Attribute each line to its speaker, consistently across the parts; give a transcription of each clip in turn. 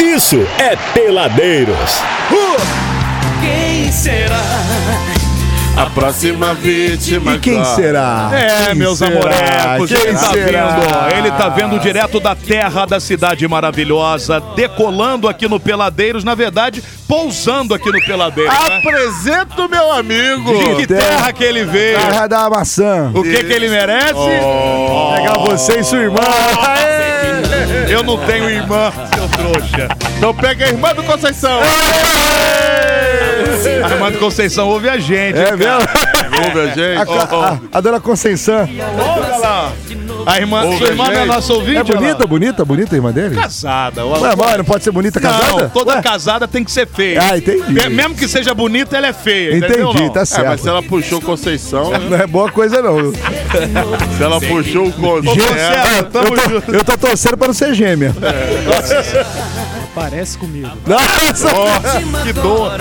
Speaker 1: isso é Peladeiros.
Speaker 2: Quem será?
Speaker 3: A próxima vítima.
Speaker 4: E quem
Speaker 3: agora.
Speaker 4: será?
Speaker 5: É,
Speaker 4: Quem
Speaker 5: meus
Speaker 4: será?
Speaker 5: amorecos,
Speaker 4: Quem
Speaker 5: ele tá
Speaker 4: será?
Speaker 5: vendo. Ele tá vendo direto da terra da cidade maravilhosa, decolando aqui no Peladeiros, na verdade, pousando aqui no Peladeiros. né?
Speaker 3: Apresento meu amigo.
Speaker 5: De que terra que ele veio?
Speaker 4: Terra da maçã.
Speaker 5: O que que ele merece?
Speaker 4: Oh. Pegar você e sua irmã.
Speaker 5: Eu não tenho irmã, seu trouxa.
Speaker 3: Então pega a irmã do Conceição.
Speaker 5: Armando Conceição ouve a gente.
Speaker 4: É
Speaker 5: cara.
Speaker 4: mesmo?
Speaker 3: Ouve a
Speaker 4: A,
Speaker 3: gente.
Speaker 5: Ah.
Speaker 4: a, a dona Conceição. É
Speaker 5: Olha lá. A irmã,
Speaker 3: Ouve
Speaker 5: sua irmã
Speaker 3: a
Speaker 5: não é
Speaker 3: gente.
Speaker 5: nossa ouvinte?
Speaker 4: É
Speaker 5: olha lá.
Speaker 4: bonita, bonita, bonita a irmã dele?
Speaker 5: Casada. olha lá.
Speaker 4: Ué, mas não pode ser bonita casada?
Speaker 5: Não, toda
Speaker 4: Ué,
Speaker 5: casada tem que ser feia.
Speaker 4: Ah, entendi.
Speaker 5: Me- Mesmo que seja bonita, ela é feia. entendeu,
Speaker 4: Entendi,
Speaker 5: não?
Speaker 4: tá
Speaker 3: É, mas
Speaker 4: certo.
Speaker 3: se ela puxou Conceição, né?
Speaker 4: Não é boa coisa, não.
Speaker 3: se ela puxou o Conceição.
Speaker 5: Marcelo,
Speaker 3: É,
Speaker 5: tamo junto.
Speaker 4: Eu tô, eu tô torcendo pra não ser gêmea.
Speaker 6: Parece comigo.
Speaker 4: Nossa,
Speaker 5: Que dor.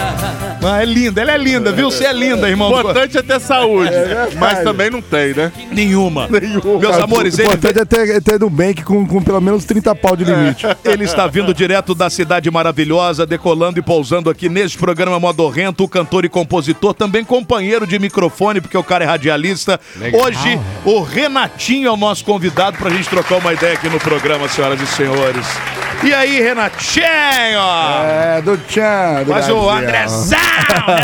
Speaker 5: Mas é linda, ela é linda, viu? Você é linda, irmão.
Speaker 3: Importante é ter saúde.
Speaker 4: verdade.
Speaker 3: Mas também não tem, né?
Speaker 5: Nenhuma. Meus amores,
Speaker 4: o
Speaker 5: ele,
Speaker 4: importante é ter, ter do Bank com, com pelo menos 30 pau de limite.
Speaker 5: ele está vindo direto da cidade maravilhosa, decolando e pousando aqui neste programa Modorrento, o cantor e compositor, também companheiro de microfone, porque o cara é radialista. Hoje, o Renatinho é o nosso convidado para a gente trocar uma ideia aqui no programa, senhoras e senhores. E aí, Renatinho?
Speaker 4: É, do Tchan. do
Speaker 5: Mas o
Speaker 4: Brasil.
Speaker 5: Andrezão,
Speaker 3: Falar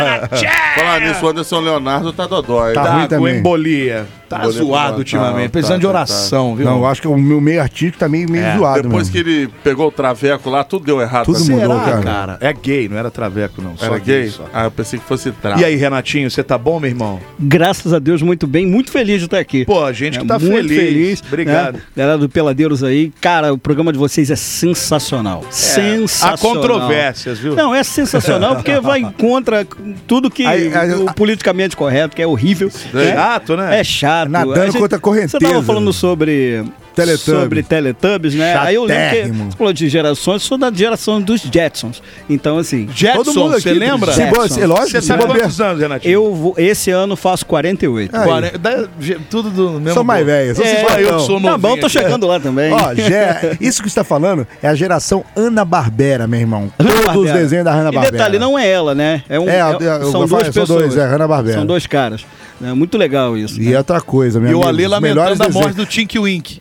Speaker 5: Renatinho!
Speaker 3: nisso, o Anderson Leonardo tá dodói.
Speaker 4: Tá. ruim
Speaker 5: Tá com
Speaker 4: também.
Speaker 5: embolia. Tá
Speaker 3: Embolia
Speaker 5: zoado
Speaker 3: tá,
Speaker 5: ultimamente.
Speaker 3: tá,
Speaker 5: Precisando de
Speaker 3: tá, tá.
Speaker 5: oração, viu?
Speaker 4: Não, eu acho que o meu meio artístico tá meio, meio
Speaker 5: É,
Speaker 4: zoado.
Speaker 3: Depois
Speaker 4: mesmo.
Speaker 3: que ele pegou o traveco lá, tudo deu errado.
Speaker 4: Tudo
Speaker 3: Assim,
Speaker 4: mudou, cara.
Speaker 5: É gay, não era traveco, não. Só
Speaker 3: Era gay?
Speaker 5: só.
Speaker 3: Ah, eu pensei que fosse trago.
Speaker 5: E aí, Renatinho, você tá bom, meu irmão?
Speaker 6: Graças a Deus, muito bem, muito feliz de estar aqui.
Speaker 5: Pô, a gente que
Speaker 6: É,
Speaker 5: tá
Speaker 6: muito
Speaker 5: feliz.
Speaker 6: né?
Speaker 5: Obrigado.
Speaker 6: Galera do Peladeiros aí, cara, o programa de vocês é sensacional.
Speaker 5: Há
Speaker 6: Sensacional.
Speaker 5: controvérsias, viu?
Speaker 6: Não, é sensacional porque vai contra tudo que
Speaker 4: Aí, aí,
Speaker 6: o politicamente correto, que é horrível.
Speaker 5: É
Speaker 6: né?
Speaker 5: chato, né?
Speaker 6: É chato.
Speaker 4: Nadando contra a correnteza.
Speaker 6: Você tava falando sobre
Speaker 4: Teletubbies.
Speaker 6: sobre Teletubbies, né? Aí eu lembro
Speaker 4: Chatérrimo.
Speaker 6: que você falou de gerações, sou da geração dos Jetsons. Então assim,
Speaker 5: Jetson, você lembra?
Speaker 4: Se bo...
Speaker 6: Jetson.
Speaker 4: é lógico,
Speaker 5: Você tá
Speaker 4: se
Speaker 5: sabe
Speaker 4: bobear.
Speaker 5: quantos anos, Renatinho?
Speaker 6: eu vou, esse ano faço 48.
Speaker 4: Aí.
Speaker 5: Quare- da- ge- Tudo do mesmo.
Speaker 4: Sou mais
Speaker 5: grupo.
Speaker 4: velho, sou
Speaker 5: É,
Speaker 4: cidadão.
Speaker 5: eu que sou
Speaker 6: Tá
Speaker 5: novinho.
Speaker 6: bom, tô chegando lá também.
Speaker 4: Ó, ge- isso que você tá falando é a geração Ana Barbera, meu irmão.
Speaker 6: Hanna
Speaker 4: Todos os
Speaker 6: Barbera.
Speaker 4: desenhos da Ana Barbera.
Speaker 6: E detalhe, não é ela, né? É um,
Speaker 4: É, eu
Speaker 6: são
Speaker 4: vou
Speaker 6: duas
Speaker 4: falar, são
Speaker 6: pessoas.
Speaker 4: dois, é, Hanna-Barbera.
Speaker 6: São dois caras. É muito legal isso.
Speaker 4: E é-
Speaker 6: né?
Speaker 4: outra coisa, meu
Speaker 5: E eu
Speaker 4: amigo,
Speaker 5: ali
Speaker 4: os melhores
Speaker 5: lamentando a morte
Speaker 4: desenhos-
Speaker 5: do Tink Wink.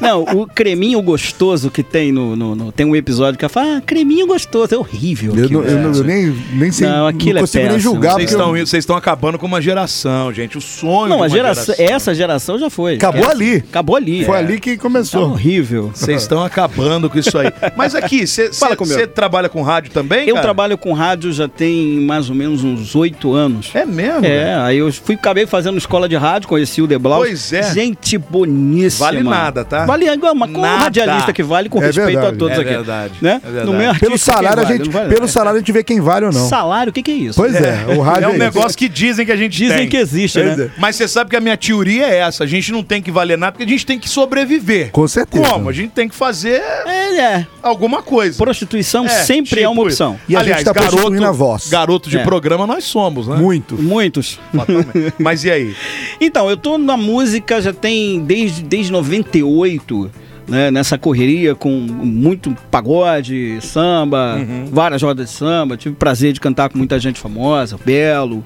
Speaker 6: Não, o creminho gostoso que tem no, no- no- Tem um episódio que ela fala, ah, creminho gostoso, é horrível.
Speaker 4: Eu,
Speaker 6: aquilo,
Speaker 4: não- eu
Speaker 6: né?
Speaker 4: não- eu nem, nem sei.
Speaker 6: Não,
Speaker 4: Não,
Speaker 6: aquilo é
Speaker 4: consigo nem
Speaker 6: péssimo.
Speaker 4: julgar,
Speaker 5: Vocês
Speaker 4: porque eu-
Speaker 5: estão, vocês estão acabando com uma geração, gente. O sonho
Speaker 6: Não,
Speaker 5: de
Speaker 6: a
Speaker 5: uma
Speaker 6: geração, é- essa geração já foi.
Speaker 4: Acabou
Speaker 6: Essa-
Speaker 4: ali.
Speaker 6: Acabou ali.
Speaker 4: foi
Speaker 6: É.
Speaker 4: ali que
Speaker 6: Tá
Speaker 4: começou.
Speaker 6: horrível.
Speaker 5: Vocês estão acabando com isso aí. Mas aqui,
Speaker 6: Fala comigo.
Speaker 5: você trabalha com rádio também,
Speaker 6: Eu
Speaker 5: cara?
Speaker 6: trabalho com rádio já tem mais ou menos uns oito anos.
Speaker 5: É mesmo?
Speaker 6: É, aí eu fui, acabei fazendo escola de rádio, conheci o Deblau.
Speaker 5: Pois é.
Speaker 6: Gente boníssima.
Speaker 5: Vale nada, tá?
Speaker 6: Vale igual, mas como
Speaker 5: Nada.
Speaker 6: radialista que vale com
Speaker 4: É
Speaker 6: respeito
Speaker 4: verdade.
Speaker 6: a todos
Speaker 5: É
Speaker 6: aqui.
Speaker 5: verdade,
Speaker 6: Né?
Speaker 5: é verdade.
Speaker 6: No meio artístico,
Speaker 4: Pelo salário,
Speaker 6: quem
Speaker 4: a
Speaker 6: vale?
Speaker 4: gente,
Speaker 6: Não vale
Speaker 4: pelo
Speaker 6: nada.
Speaker 4: salário a gente vê quem vale ou não.
Speaker 6: Salário, o que, que é isso?
Speaker 4: Pois é, o rádio
Speaker 5: É um
Speaker 4: isso.
Speaker 5: negócio que dizem que a gente
Speaker 6: Dizem
Speaker 5: tem.
Speaker 6: que existe,
Speaker 4: Pois
Speaker 6: né?
Speaker 4: é.
Speaker 5: Mas você sabe que a minha teoria é essa: a gente não tem que valer nada porque a gente tem que sobreviver.
Speaker 4: Com certeza.
Speaker 5: Como? A gente tem que fazer
Speaker 6: É, é.
Speaker 5: alguma coisa.
Speaker 6: Prostituição
Speaker 5: É,
Speaker 6: sempre é
Speaker 5: tipo
Speaker 6: uma
Speaker 5: isso.
Speaker 6: opção.
Speaker 4: E a gente tá prostituindo a voz.
Speaker 5: Garoto de
Speaker 6: É.
Speaker 5: programa nós somos, né?
Speaker 4: Muito.
Speaker 6: Muitos.
Speaker 5: Fatalmente. Mas e aí?
Speaker 6: Então, eu tô na música já tem desde, desde 98, né? Nessa correria com muito pagode, samba,
Speaker 5: Uhum.
Speaker 6: várias rodas de samba. Tive o prazer de cantar com muita gente famosa, Belo,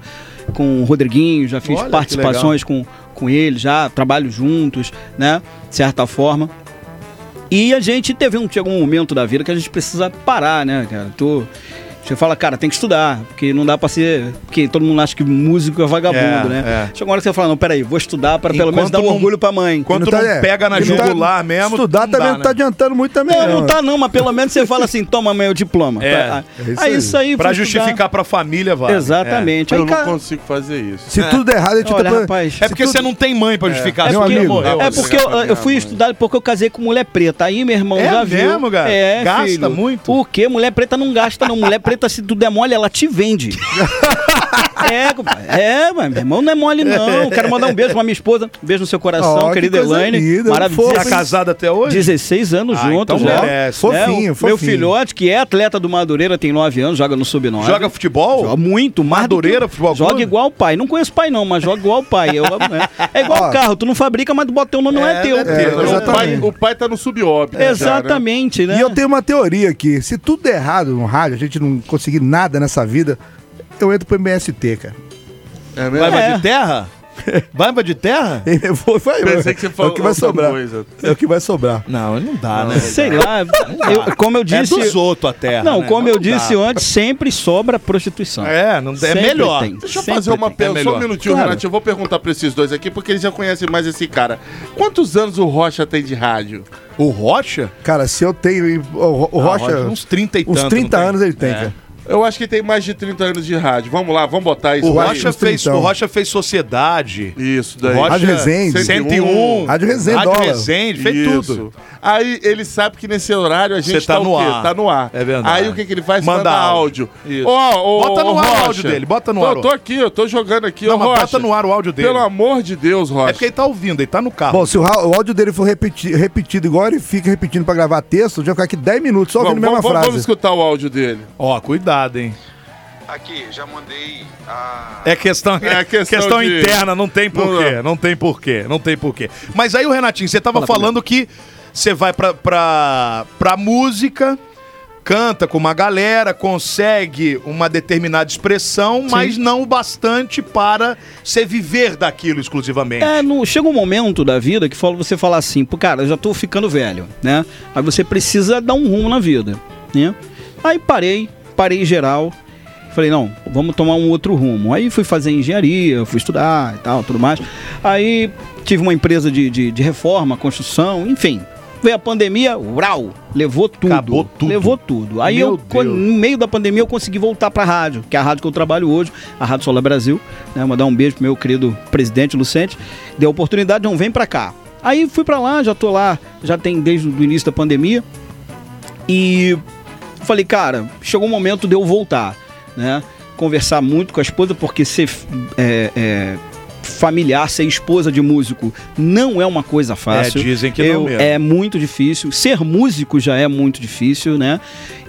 Speaker 6: com o Rodriguinho, já fiz
Speaker 5: Olha, que
Speaker 6: participações com, com ele, já trabalho juntos, né? De certa forma. E a gente teve um, chegou um momento da vida que a gente precisa parar, né, cara? Tô, você fala, cara, tem que estudar, porque não dá pra ser. Porque todo mundo acha que músico é vagabundo,
Speaker 5: É,
Speaker 6: né?
Speaker 5: é.
Speaker 6: Chega uma hora que você fala, não, peraí, vou estudar pra pelo menos
Speaker 5: Enquanto
Speaker 6: dar um
Speaker 5: não-
Speaker 6: orgulho pra mãe.
Speaker 5: Enquanto não,
Speaker 4: tá- é,
Speaker 5: pega na
Speaker 4: e não tá-
Speaker 5: jugular mesmo.
Speaker 4: Estudar
Speaker 5: não
Speaker 4: também
Speaker 5: dá,
Speaker 4: não tá
Speaker 5: né?
Speaker 4: adiantando muito também.
Speaker 6: Não, não tá não, mas pelo menos você fala assim, toma mãe o diploma.
Speaker 5: É,
Speaker 6: Pra-
Speaker 4: é isso
Speaker 6: aí isso aí.
Speaker 5: Pra
Speaker 6: vou estudar.
Speaker 5: justificar pra família, vai.
Speaker 6: Exatamente.
Speaker 3: Eu
Speaker 6: Aí,
Speaker 3: não
Speaker 6: cara,
Speaker 3: consigo fazer isso.
Speaker 4: Se tudo der errado, a gente
Speaker 6: Olha,
Speaker 4: tá...
Speaker 6: rapaz.
Speaker 5: É porque
Speaker 4: Se
Speaker 5: você
Speaker 4: tudo-
Speaker 5: não tem mãe pra justificar.
Speaker 6: É
Speaker 5: as
Speaker 4: Meu
Speaker 5: coisas,
Speaker 4: amigo.
Speaker 5: morreu.
Speaker 6: É porque eu,
Speaker 3: Obrigado,
Speaker 6: eu fui
Speaker 3: minha
Speaker 6: estudar porque eu casei com mulher preta. Aí meu irmão
Speaker 5: É
Speaker 6: já viu.
Speaker 5: mesmo, cara?
Speaker 6: É,
Speaker 5: Gasta
Speaker 6: filho.
Speaker 5: muito?
Speaker 6: Por quê? Mulher preta não gasta, não. Mulher preta, se tu der mole, ela te vende. É, compadre. É, mas meu irmão não é mole, não. Quero mandar um beijo pra minha esposa. Um beijo no seu coração,
Speaker 4: Ó, que
Speaker 6: querida
Speaker 4: coisa
Speaker 6: Elaine.
Speaker 4: linda,
Speaker 6: Maravilhosa.
Speaker 4: fofa,
Speaker 1: Tá
Speaker 4: hein?
Speaker 1: casado até hoje?
Speaker 6: 16 anos
Speaker 1: Ah,
Speaker 6: juntos,
Speaker 1: então
Speaker 6: já.
Speaker 1: merece.
Speaker 6: Né?
Speaker 4: Fofinho,
Speaker 6: O
Speaker 4: fofinho.
Speaker 6: Meu filhote, que é atleta do Madureira, tem 9 anos, joga no Sub-9.
Speaker 1: Joga futebol?
Speaker 6: Joga muito, mais do
Speaker 1: Madureira,
Speaker 6: que...
Speaker 1: futebol
Speaker 6: Joga
Speaker 1: clube?
Speaker 6: igual o pai. Não conheço o pai, não, mas joga igual o pai. Eu amo, né? É igual o carro, tu não fabrica, mas tu bota teu nome, não é, teu.
Speaker 3: É,
Speaker 4: É,
Speaker 3: o, pai,
Speaker 4: exatamente.
Speaker 3: o pai tá no
Speaker 6: É,
Speaker 3: subóbito.
Speaker 6: Exatamente, né?
Speaker 4: E eu tenho uma teoria aqui. Se tudo der errado no rádio, a gente não conseguir nada nessa vida, eu entro pro MST, cara.
Speaker 3: Já, né? É mesmo?
Speaker 6: Vai,
Speaker 5: Vai
Speaker 6: É.
Speaker 5: pra de terra? Vai pra de terra?
Speaker 4: Eu vou- vai-
Speaker 3: Pensei que você
Speaker 4: é o
Speaker 3: falou
Speaker 4: que vai
Speaker 3: outra
Speaker 4: sobrar.
Speaker 3: coisa.
Speaker 4: É o que vai sobrar.
Speaker 5: Não, não dá, né?
Speaker 6: Sei lá, eu- como eu
Speaker 5: É
Speaker 6: disse.
Speaker 5: dos outros a terra.
Speaker 6: Não,
Speaker 5: né?
Speaker 6: como
Speaker 5: Mas
Speaker 6: eu
Speaker 5: não dá.
Speaker 6: disse antes, sempre sobra prostituição.
Speaker 5: É, não, é
Speaker 6: Sempre
Speaker 5: melhor.
Speaker 6: tem.
Speaker 3: Deixa eu
Speaker 6: Sempre
Speaker 3: fazer uma
Speaker 6: tem.
Speaker 3: pergunta.
Speaker 5: É
Speaker 3: Só um
Speaker 5: melhor.
Speaker 3: minutinho,
Speaker 6: Claro.
Speaker 3: Renato. Eu vou perguntar pra esses dois aqui, porque eles já conhecem mais esse cara. Quantos anos o Rocha tem de rádio?
Speaker 5: O Rocha? Ah,
Speaker 4: Cara, se eu tenho. e O, o Rocha.
Speaker 5: uns 30 e
Speaker 4: uns
Speaker 5: tanto,
Speaker 4: 30
Speaker 5: não tem?
Speaker 4: anos ele tem,
Speaker 5: É.
Speaker 4: cara.
Speaker 3: Eu acho que tem mais de 30 anos de rádio. Vamos lá, vamos botar isso.
Speaker 5: O
Speaker 3: daí.
Speaker 5: Rocha,
Speaker 4: uns um.
Speaker 5: fez,
Speaker 4: trintão.
Speaker 5: o Rocha fez Sociedade.
Speaker 3: Isso daí.
Speaker 5: Rocha
Speaker 4: Rádio Resende.
Speaker 5: 101.
Speaker 4: Rádio Resende, dólar.
Speaker 5: Resende, fez
Speaker 3: Isso.
Speaker 5: tudo.
Speaker 3: Aí ele sabe que nesse horário a gente
Speaker 5: Cê tá
Speaker 3: tá, o
Speaker 5: no
Speaker 3: quê?
Speaker 5: ar.
Speaker 3: Tá no ar.
Speaker 5: É verdade.
Speaker 3: Aí o que, que ele faz?
Speaker 5: Manda
Speaker 3: Manda,
Speaker 5: áudio.
Speaker 3: áudio.
Speaker 5: Isso.
Speaker 3: Ó, ô,
Speaker 5: Bota no
Speaker 3: ô,
Speaker 5: ar o
Speaker 3: Rocha.
Speaker 5: áudio dele, bota no ar,
Speaker 3: Eu
Speaker 5: ó.
Speaker 3: tô aqui, eu tô jogando aqui,
Speaker 5: Não,
Speaker 3: ó,
Speaker 5: mas
Speaker 3: Rocha.
Speaker 5: bota no ar o áudio dele.
Speaker 3: Pelo amor de Deus, Rocha.
Speaker 5: É porque ele tá ouvindo, ele tá no carro.
Speaker 4: Bom, se o, ra- o áudio dele for repeti- repetido igual ele fica repetindo pra gravar texto, eu já vou ficar aqui 10 minutos
Speaker 5: tá
Speaker 4: só ouvindo a
Speaker 3: vamos,
Speaker 4: mesma
Speaker 3: vamos, vamos
Speaker 4: frase.
Speaker 3: escutar o áudio dele.
Speaker 5: Ó, cuidado, hein?
Speaker 7: Aqui, já mandei a.
Speaker 5: É questão, é
Speaker 3: É
Speaker 5: questão,
Speaker 3: questão de-
Speaker 5: interna, não tem
Speaker 3: Não,
Speaker 5: porquê, não. tem porquê, não tem porquê. Mas aí o Renatinho, você tava falando que você vai pra, pra, pra música, canta com uma galera, consegue uma determinada expressão, mas não o bastante para você viver daquilo exclusivamente.
Speaker 6: É, no- chega um momento da vida que fala, você fala assim, pô, cara, eu já tô ficando velho, né? Aí você precisa dar um rumo na vida, né? Aí parei, parei geral. Falei, não, vamos tomar um outro rumo. Aí fui fazer engenharia, fui estudar e tal, tudo mais. Aí tive uma empresa de, de, de reforma, construção, enfim. Veio a pandemia, uau, levou tudo.
Speaker 5: Acabou tudo.
Speaker 6: Levou tudo. Aí
Speaker 5: Meu
Speaker 6: eu, co-
Speaker 5: Deus.
Speaker 6: no meio da pandemia, eu consegui voltar pra rádio, que é a rádio que eu trabalho hoje, a Rádio Solar Brasil. Né? Mandar um beijo pro meu querido presidente Lucente. Deu a oportunidade, não vem pra cá. Aí fui pra lá, já tô lá, já tem desde o início da pandemia. E falei, cara, chegou o momento de eu voltar, né? Conversar muito com a esposa, porque ser é, é, familiar, ser esposa de músico, não é uma coisa fácil.
Speaker 5: É, dizem que não
Speaker 6: eu,
Speaker 5: mesmo.
Speaker 6: É muito difícil. Ser músico já é muito difícil, né?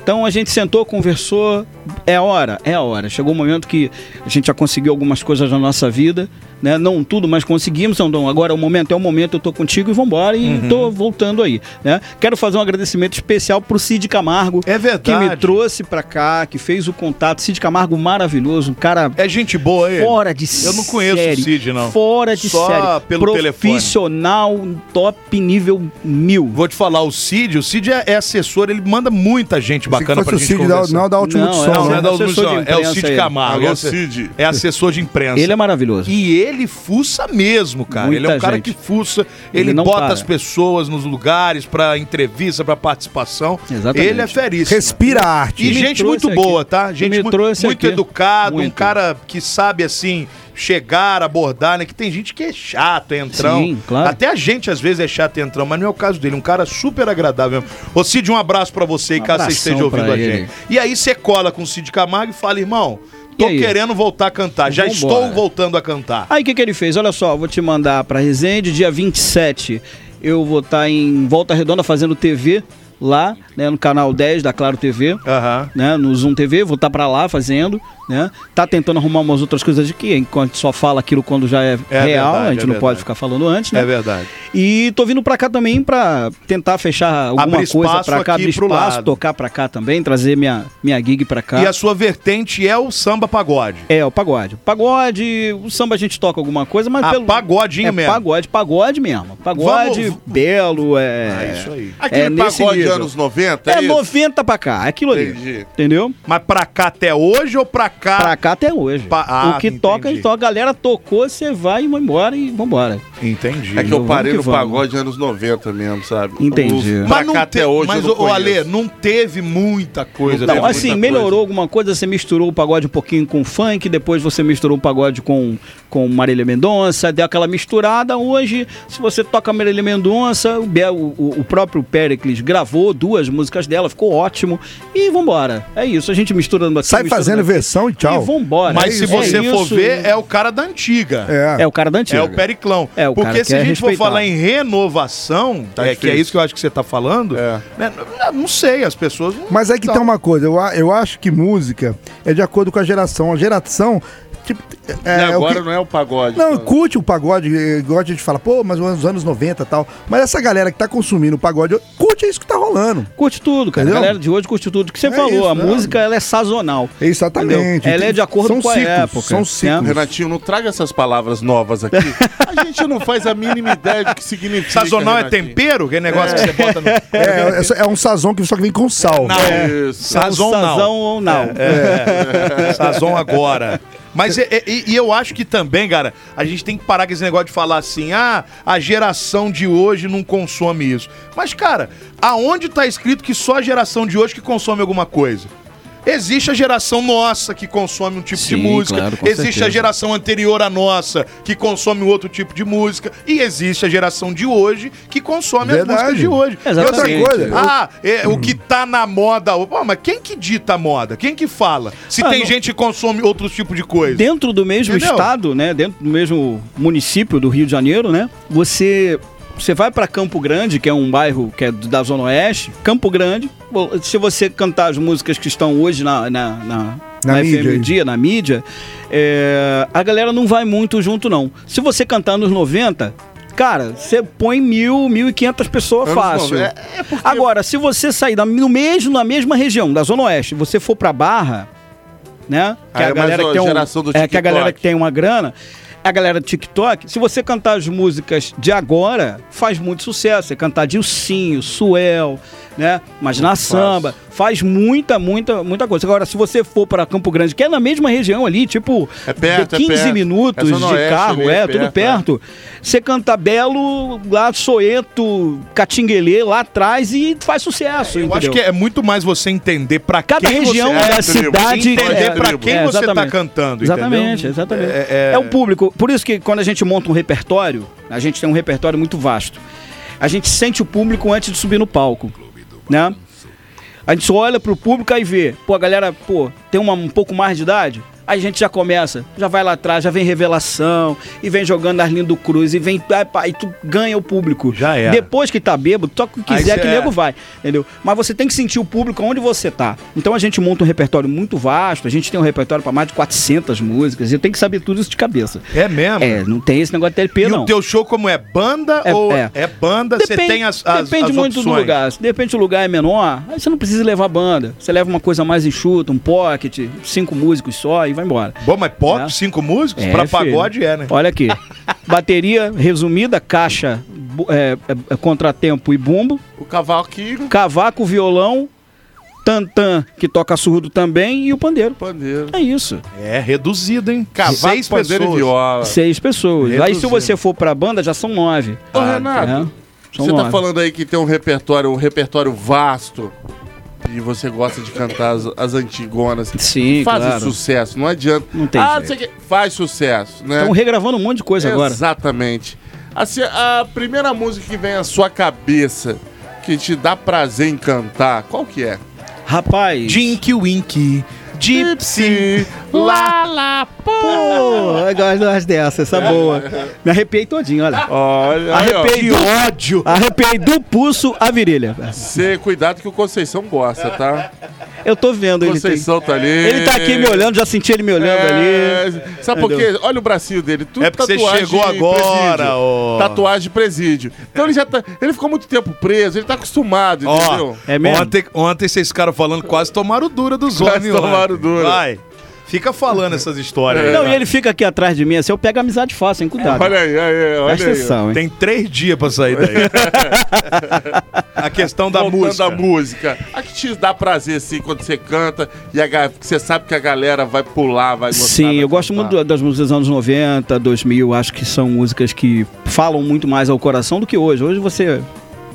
Speaker 6: Então a gente sentou, conversou, é a hora, é a hora. Chegou o momento que a gente já conseguiu algumas coisas na nossa vida, né? Não tudo, mas conseguimos. Então agora é o momento, é o momento, eu tô contigo e vambora e
Speaker 5: Uhum.
Speaker 6: tô voltando aí, né? Quero fazer um agradecimento especial pro Cid Camargo,
Speaker 5: É verdade.
Speaker 6: que me trouxe pra cá, que fez o contato. Cid Camargo maravilhoso, um cara
Speaker 5: É gente boa aí.
Speaker 6: fora de
Speaker 5: Eu não conheço o
Speaker 6: série.
Speaker 5: Cid, não.
Speaker 6: Fora de
Speaker 5: Só
Speaker 6: série.
Speaker 5: pelo telefone.
Speaker 6: Profissional top nível mil.
Speaker 5: Vou te falar, o Cid, o Cid é, é assessor, ele manda muita gente bacana
Speaker 4: Se
Speaker 5: pra
Speaker 4: fosse o
Speaker 5: gente
Speaker 4: Cid, da-
Speaker 5: conversar.
Speaker 4: não da última
Speaker 6: Não,
Speaker 4: edição,
Speaker 5: Não, não é
Speaker 4: né?
Speaker 5: da
Speaker 6: Assessor de
Speaker 5: Ultimate, é o
Speaker 6: imprensa
Speaker 5: Cid um
Speaker 6: ele.
Speaker 5: Camargo. é
Speaker 3: Alô,
Speaker 5: o-
Speaker 3: Cid.
Speaker 5: É assessor de imprensa.
Speaker 6: Ele é maravilhoso.
Speaker 5: E ele fuça mesmo, cara.
Speaker 6: Muita
Speaker 5: ele é um cara
Speaker 6: gente.
Speaker 5: que fuça, ele,
Speaker 6: Ele não
Speaker 5: bota
Speaker 6: para.
Speaker 5: as pessoas nos lugares pra entrevista, pra participação.
Speaker 6: Exatamente.
Speaker 5: Ele é feríssimo.
Speaker 4: Respira a
Speaker 5: E
Speaker 4: arte.
Speaker 6: Me
Speaker 5: gente
Speaker 6: trouxe
Speaker 5: muito
Speaker 6: aqui.
Speaker 5: boa, tá? Gente
Speaker 6: Me
Speaker 5: mu-
Speaker 6: trouxe
Speaker 5: muito
Speaker 6: aqui.
Speaker 5: educado, um
Speaker 6: Muito.
Speaker 5: cara que sabe assim chegar, abordar, né? Que tem gente que é chato, é entrão.
Speaker 6: Sim, claro.
Speaker 5: Até a gente às vezes é chato, é entrão, mas não é o caso dele, um cara super agradável. Ô Cid, um abraço pra você, e
Speaker 6: Um
Speaker 5: caso você
Speaker 6: abração
Speaker 5: esteja ouvindo
Speaker 6: pra
Speaker 5: a
Speaker 6: ele.
Speaker 5: gente. E aí você cola com o Cid Camargo e fala, irmão,
Speaker 6: E
Speaker 5: tô
Speaker 6: aí?
Speaker 5: querendo voltar a cantar, já
Speaker 6: Vambora.
Speaker 5: estou voltando a cantar.
Speaker 6: Aí o que, que ele fez? Olha só, vou te mandar pra Resende, dia 27. Eu vou estar em Volta Redonda fazendo TV lá, né, no canal 10 da Claro TV.
Speaker 5: Aham.
Speaker 6: Né, no Zoom TV, vou estar pra lá fazendo, né? Tá tentando arrumar umas outras coisas de que enquanto só fala aquilo quando já é,
Speaker 5: É
Speaker 6: real,
Speaker 5: verdade,
Speaker 6: a gente
Speaker 5: é
Speaker 6: não pode
Speaker 5: verdade.
Speaker 6: ficar falando antes, né?
Speaker 5: É verdade.
Speaker 6: E tô vindo pra cá também pra tentar fechar alguma
Speaker 5: Abrir
Speaker 6: coisa
Speaker 5: espaço
Speaker 6: pra cá,
Speaker 5: aqui
Speaker 6: abrir
Speaker 5: pro
Speaker 6: espaço,
Speaker 5: lado.
Speaker 6: tocar pra cá também, trazer minha, minha gig pra cá.
Speaker 5: E a sua vertente é o samba pagode.
Speaker 6: É, o pagode. Pagode, o samba a gente toca alguma coisa, mas
Speaker 5: Ah,
Speaker 6: pelo.
Speaker 5: pagodinho
Speaker 6: é,
Speaker 5: mesmo.
Speaker 6: Pagode, pagode mesmo. Pagode,
Speaker 5: Vamos-
Speaker 6: belo, é.
Speaker 5: É isso aí.
Speaker 3: Aquele
Speaker 6: é nesse
Speaker 3: pagode
Speaker 6: nível.
Speaker 3: anos 90,
Speaker 6: É,
Speaker 3: isso?
Speaker 6: 90 pra cá, é aquilo ali.
Speaker 3: Entendi.
Speaker 6: Entendeu?
Speaker 5: Mas pra cá até hoje ou pra cá?
Speaker 6: Pra cá até hoje.
Speaker 5: Ah. Pa- ah,
Speaker 6: o que
Speaker 5: entendi.
Speaker 6: toca, a gente toca. A galera tocou, você vai e vai embora e vambora.
Speaker 5: Entendi.
Speaker 3: É que eu
Speaker 6: Vamos
Speaker 3: parei
Speaker 6: que
Speaker 3: no
Speaker 6: vamos.
Speaker 3: pagode anos 90 mesmo, sabe?
Speaker 6: Entendi.
Speaker 3: Os-
Speaker 5: Mas
Speaker 3: Pra
Speaker 5: não
Speaker 3: cá
Speaker 5: te-
Speaker 3: até hoje
Speaker 5: Mas,
Speaker 3: eu
Speaker 5: ô,
Speaker 3: não conheço.
Speaker 5: Ale, não teve muita coisa.
Speaker 3: Não,
Speaker 5: né?
Speaker 6: Então,
Speaker 3: muita
Speaker 6: assim,
Speaker 3: coisa.
Speaker 6: melhorou alguma coisa, você misturou o pagode um pouquinho com funk, depois você misturou o pagode com, com Marília Mendonça, deu aquela misturada. Hoje, se você toca Marília Mendonça, o, Bel- o- o próprio Pericles gravou gravou duas músicas dela, ficou ótimo. E vambora. É isso, a gente misturando aqui.
Speaker 4: Sai
Speaker 6: misturando
Speaker 4: fazendo
Speaker 6: aqui.
Speaker 4: versão e tchau.
Speaker 6: né? E vambora.
Speaker 5: Mas
Speaker 6: É
Speaker 5: se
Speaker 6: isso.
Speaker 5: você
Speaker 6: É
Speaker 5: for
Speaker 6: isso.
Speaker 5: ver, é o cara da antiga.
Speaker 4: É.
Speaker 6: É o cara da antiga.
Speaker 5: É o Periclão.
Speaker 6: É, o
Speaker 5: Porque
Speaker 6: cara
Speaker 5: se
Speaker 6: que
Speaker 5: a
Speaker 6: é
Speaker 5: gente for
Speaker 6: respeitado.
Speaker 5: falar em renovação,
Speaker 3: Tá
Speaker 5: é, que é
Speaker 3: difícil.
Speaker 5: isso que eu acho que você tá falando,
Speaker 3: É.
Speaker 5: né, não- não sei, as pessoas. não-
Speaker 4: Mas aí que
Speaker 5: não-
Speaker 4: tem uma coisa, eu, a- eu acho que música é de acordo com a geração. A geração, tipo, é,
Speaker 3: E
Speaker 4: é o
Speaker 3: agora
Speaker 4: que-
Speaker 3: não é o pagode.
Speaker 4: Não,
Speaker 3: tá?
Speaker 4: curte o pagode, eh, igual a gente fala, pô, mas os anos 90 e tal. Mas essa galera que tá consumindo o pagode, curte isso que tá rolando.
Speaker 6: Curte tudo, cara.
Speaker 4: Entendeu?
Speaker 6: A galera de hoje curte tudo. O que você
Speaker 4: É
Speaker 6: falou,
Speaker 4: isso,
Speaker 6: a
Speaker 4: né?
Speaker 6: música ela é sazonal.
Speaker 4: Exatamente.
Speaker 6: Entendeu? Ela é de acordo
Speaker 4: São
Speaker 6: com a
Speaker 4: ciclos,
Speaker 6: época.
Speaker 4: são
Speaker 6: né?
Speaker 4: ciclos.
Speaker 3: Renatinho, não traga essas palavras novas aqui. A gente não faz a mínima ideia do que significa.
Speaker 5: Sazonal é
Speaker 3: Renatinho.
Speaker 5: tempero? Que negócio que você bota no.
Speaker 4: É, é, é um sazão que só que vem com sal.
Speaker 3: É Isso.
Speaker 5: Sazonal.
Speaker 6: É um Sazonal.
Speaker 5: É. Sazon agora. Mas e, e- e eu acho que também, cara, a gente tem que parar com esse negócio de falar assim, ah, a geração de hoje não consome isso. Mas, cara, aonde tá escrito que só a geração de hoje que consome alguma coisa? Existe a geração nossa que consome um tipo de
Speaker 6: Sim,
Speaker 5: música,
Speaker 6: claro, com
Speaker 5: existe a
Speaker 6: certeza.
Speaker 5: geração anterior à nossa que consome outro tipo de música, e existe a geração de hoje que consome as
Speaker 4: Verdade.
Speaker 5: músicas de hoje.
Speaker 6: É, exatamente.
Speaker 5: E outra coisa,
Speaker 4: Eu-
Speaker 5: ah, é, o que tá na moda. Pô, mas quem que dita a moda? Quem que fala? Se
Speaker 6: Ah,
Speaker 5: tem
Speaker 6: não-
Speaker 5: gente que consome outro tipo de coisa.
Speaker 6: Dentro do mesmo
Speaker 5: Entendeu?
Speaker 6: estado, né? Dentro do mesmo município do Rio de Janeiro, né? Você você vai pra Campo Grande, que é um bairro que é do- da Zona Oeste. Campo Grande, bom, se você cantar as músicas que estão hoje na na, na,
Speaker 4: Na
Speaker 6: na
Speaker 4: mídia,
Speaker 6: FM
Speaker 4: aí.
Speaker 6: Dia, na mídia, é, a galera não vai muito junto não. Se você cantar nos 90, Cara, você põe mil, mil e quinhentas pessoas
Speaker 3: Anos
Speaker 6: fácil.
Speaker 3: 90. É- é porque-
Speaker 6: Agora, se você sair da- no mesmo, na mesma região, da Zona Oeste, você for pra Barra, né? Que
Speaker 3: Ah,
Speaker 6: é
Speaker 3: é mais
Speaker 6: a galera
Speaker 3: a
Speaker 6: que tem um-
Speaker 3: geração do
Speaker 6: é, que a
Speaker 3: TikTok.
Speaker 6: galera que tem uma grana, a galera do TikTok, se você cantar as músicas de agora, faz muito sucesso. Você cantar Dilcinho, Suel, né? Mas na samba, faz muita, muita, muita coisa. Agora, se você for para Campo Grande, que é na mesma região ali, tipo,
Speaker 3: É perto, é
Speaker 6: 15
Speaker 3: perto.
Speaker 6: minutos
Speaker 3: É
Speaker 6: de
Speaker 3: Zona Oeste
Speaker 6: carro,
Speaker 3: ali,
Speaker 6: é,
Speaker 3: é
Speaker 6: tudo
Speaker 3: perto, é.
Speaker 6: perto. Você canta Belo, lá Soeto, Catinguelê, lá atrás e faz sucesso,
Speaker 5: Eu
Speaker 6: entendeu?
Speaker 5: acho que é muito mais você entender pra
Speaker 6: Cada
Speaker 5: quem
Speaker 6: região
Speaker 5: você...
Speaker 3: é,
Speaker 6: da
Speaker 3: tribo.
Speaker 6: cidade é,
Speaker 5: Entender pra quem você tá
Speaker 6: exatamente.
Speaker 5: cantando,
Speaker 6: Exatamente,
Speaker 5: entendeu?
Speaker 6: exatamente.
Speaker 5: É-
Speaker 6: É,
Speaker 5: é-
Speaker 6: o público. Por isso que quando a gente monta um repertório, a gente tem um repertório muito vasto. A gente sente o público antes de subir no palco, né? A gente olha pro público e vê, pô, a galera, pô, tem uma, um pouco mais de idade. Aí a gente já começa, já vai lá atrás, já vem revelação, e vem jogando Arlindo Cruz, e vem. Aí, pá, e tu ganha o público.
Speaker 5: Já era.
Speaker 6: Depois que tá bêbado, toca o que
Speaker 5: Aí
Speaker 6: quiser,
Speaker 5: cê
Speaker 6: que
Speaker 5: é.
Speaker 6: nego vai, entendeu? Mas você tem que sentir o público onde você tá. Então a gente monta um repertório muito vasto, a gente tem um repertório pra mais de 400 músicas, e tem que saber tudo isso de cabeça.
Speaker 5: É mesmo?
Speaker 6: É, não tem esse negócio de LP,
Speaker 5: E
Speaker 6: não.
Speaker 5: o teu show como é? Banda
Speaker 6: É-
Speaker 5: ou é,
Speaker 6: é.
Speaker 5: banda? Você tem as, as
Speaker 6: depende
Speaker 5: as
Speaker 6: muito
Speaker 5: opções.
Speaker 6: do lugar. Se de repente o lugar é menor, aí você não precisa levar banda. Você leva uma coisa mais enxuta, um pocket, cinco músicos só e vai embora.
Speaker 5: Bom, mas pop,
Speaker 6: É.
Speaker 5: cinco músicos?
Speaker 6: É,
Speaker 5: pra
Speaker 6: filho.
Speaker 5: pagode é, né?
Speaker 6: Olha aqui. Bateria resumida, caixa, bu- é, é, é, contratempo e bumbo.
Speaker 3: O cavaquinho,
Speaker 6: Cavaco, violão, tantã, que toca surdo também, e o pandeiro.
Speaker 3: pandeiro.
Speaker 6: É isso.
Speaker 5: É reduzido, hein?
Speaker 3: Cavaco,
Speaker 5: Seis
Speaker 3: pandeiro e
Speaker 5: pessoas.
Speaker 3: viola.
Speaker 6: Seis pessoas. Aí se
Speaker 5: Reduzindo.
Speaker 6: você for pra banda, já são nove.
Speaker 3: Ô, Renato,
Speaker 6: né? São
Speaker 3: você
Speaker 6: nove.
Speaker 3: tá falando aí que tem um repertório, um repertório vasto. E você gosta de cantar as, as antigonas.
Speaker 6: Sim,
Speaker 3: Fazem
Speaker 6: claro.
Speaker 3: sucesso, não adianta.
Speaker 6: Não tem
Speaker 3: ah,
Speaker 6: jeito.
Speaker 3: sei que faz sucesso, né?
Speaker 6: Estão regravando um monte de coisa agora.
Speaker 3: Exatamente. Assim, a primeira música que vem à sua cabeça, que te dá prazer em cantar, qual que é?
Speaker 6: Rapaz.
Speaker 5: Jinky Winky, Gypsy,
Speaker 3: Lá, lá,
Speaker 6: Pô, eu gosto dessa, essa é boa. Me arrepiei todinho, olha.
Speaker 3: Olha, aí, ó.
Speaker 6: Arrepiei do ódio. Arrepiei do pulso à virilha.
Speaker 3: Você, cuidado que o Conceição gosta, tá?
Speaker 6: Eu tô vendo ele. tem-
Speaker 3: Conceição tá ali.
Speaker 6: Ele tá aqui me olhando, já senti ele me olhando ali.
Speaker 3: É, Sabe por quê? Olha o bracinho dele. Tudo
Speaker 5: É porque você
Speaker 3: tatuagem
Speaker 5: chegou
Speaker 3: de
Speaker 5: agora,
Speaker 3: presídio.
Speaker 5: ó.
Speaker 3: Tatuagem de presídio. Então ele já tá. Ele ficou muito tempo preso, ele tá acostumado,
Speaker 5: Ó,
Speaker 3: entendeu?
Speaker 6: É mesmo?
Speaker 5: Ontem, ontem vocês ficaram falando, quase tomaram dura dos
Speaker 3: Quase
Speaker 5: homens. lá.
Speaker 3: tomaram dura.
Speaker 5: Vai. Fica falando essas histórias.
Speaker 3: É.
Speaker 5: aí.
Speaker 6: Não, e ele fica aqui atrás de mim, assim, eu pego amizade fácil, hein? Cuidado.
Speaker 3: Olha aí, olha aí, olha
Speaker 6: Presta
Speaker 3: aí.
Speaker 6: atenção, hein?
Speaker 5: Tem três dias pra sair daí. a questão da
Speaker 3: Voltando
Speaker 5: música.
Speaker 3: à música. A que te dá prazer, assim, quando você canta e a ga- que você sabe que a galera vai pular, vai gostar.
Speaker 6: Sim,
Speaker 3: vai
Speaker 6: eu gosto
Speaker 3: cantar.
Speaker 6: muito do- das músicas dos anos 90, 2000, acho que são músicas que falam muito mais ao coração do que hoje. Hoje você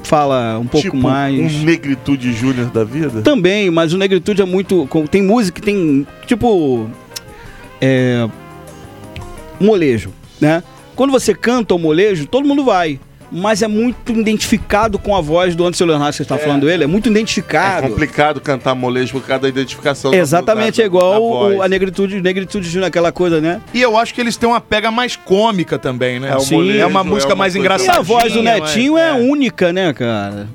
Speaker 6: fala um pouco
Speaker 3: tipo,
Speaker 6: mais.
Speaker 3: Um negritude júnior da vida?
Speaker 6: Também, mas o Negritude é muito. com- Tem música, que tem. Tipo. É. Molejo, né? Quando você canta o molejo, todo mundo vai. mas é muito identificado com a voz do Anderson Leonardo que você está falando ele, é muito identificado.
Speaker 3: É complicado cantar molejo por causa da identificação. do-
Speaker 6: Exatamente,
Speaker 3: da-
Speaker 6: é
Speaker 3: da
Speaker 6: igual o-
Speaker 3: voz.
Speaker 6: a negritude, negritude Júnior, aquela coisa, né?
Speaker 5: E eu acho que eles têm uma pega mais cômica também, né?
Speaker 3: É, o
Speaker 6: Sim.
Speaker 3: molejo
Speaker 5: É uma música mais
Speaker 3: coisa-
Speaker 6: E a
Speaker 5: engraçadinha.
Speaker 6: voz do
Speaker 5: né?
Speaker 6: Netinho é,
Speaker 5: É.
Speaker 6: única, né, cara?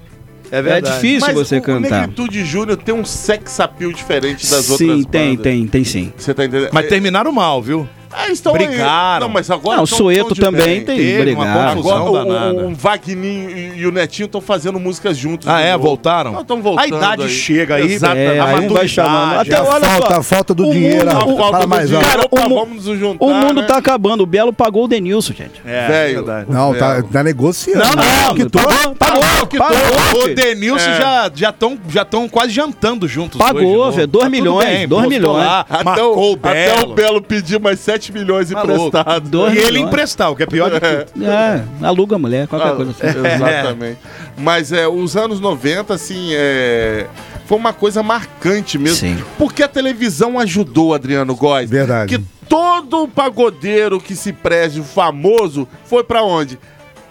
Speaker 5: É
Speaker 6: É difícil
Speaker 3: Mas
Speaker 6: você
Speaker 3: o
Speaker 6: cantar.
Speaker 3: Negritude Júnior tem um sex appeal diferente das outras
Speaker 6: Sim, tem,
Speaker 3: bandas.
Speaker 6: tem, tem sim.
Speaker 3: Você tá entendendo?
Speaker 5: É. Mas terminaram mal, viu?
Speaker 3: Ah, eles tão aí.
Speaker 5: Brigaram.
Speaker 3: Não, mas agora
Speaker 6: Não, o
Speaker 3: tão- tão
Speaker 6: Soeto
Speaker 3: de
Speaker 6: também
Speaker 3: bem.
Speaker 6: tem,
Speaker 5: Teve uma
Speaker 6: brigado.
Speaker 5: confusão.
Speaker 3: Agora
Speaker 5: Confusão danada.
Speaker 3: o, o Vagninho e, e o Netinho estão fazendo músicas juntos.
Speaker 5: Ah,
Speaker 3: de
Speaker 5: é?
Speaker 3: novo.
Speaker 5: Voltaram?
Speaker 3: Não, tão voltando
Speaker 5: A idade
Speaker 3: aí.
Speaker 5: chega aí.
Speaker 3: Exatamente.
Speaker 6: É,
Speaker 5: A
Speaker 6: aí um vai
Speaker 5: maturidade,
Speaker 6: chamando. Até
Speaker 5: a
Speaker 6: olha
Speaker 4: falta,
Speaker 6: só.
Speaker 4: a falta do
Speaker 6: o
Speaker 4: dinheiro. ah,
Speaker 6: mundo-
Speaker 3: A
Speaker 6: o-
Speaker 3: falta
Speaker 4: Fala
Speaker 3: do
Speaker 4: mais alto.
Speaker 3: dinheiro.
Speaker 6: Cara,
Speaker 3: Opa,
Speaker 6: o mu-
Speaker 3: vamos nos juntar.
Speaker 6: O mundo
Speaker 3: né?
Speaker 6: tá acabando. O Belo pagou o Denilson, gente.
Speaker 5: É,
Speaker 3: Velho.
Speaker 5: verdade.
Speaker 4: Não, tá, tá negociando.
Speaker 6: quitou,
Speaker 4: tá
Speaker 6: pagou, pagou, pagou,
Speaker 5: O
Speaker 6: filho.
Speaker 5: Denilson já já estão já tão quase jantando juntos
Speaker 6: é. Pagou,
Speaker 5: hoje, novo.
Speaker 6: velho, dois
Speaker 5: tudo
Speaker 6: milhões, dois
Speaker 5: postou
Speaker 6: milhões.
Speaker 5: lá,
Speaker 3: Até
Speaker 5: marcou
Speaker 3: o,
Speaker 5: o Belo.
Speaker 3: até o Belo pedir mais 7 milhões
Speaker 5: Tá louco.
Speaker 3: emprestado.
Speaker 6: Dois
Speaker 5: E ele
Speaker 6: milhões.
Speaker 5: emprestar, o que é pior de tudo.
Speaker 6: É, aluga a mulher, qualquer coisa assim.
Speaker 3: Ah, Exatamente. Mas é, os anos 90, assim, é, foi uma coisa marcante mesmo.
Speaker 6: Sim.
Speaker 3: Porque a televisão ajudou, Adriano Góes.
Speaker 4: Verdade.
Speaker 3: Que todo pagodeiro que se preze famoso foi pra onde?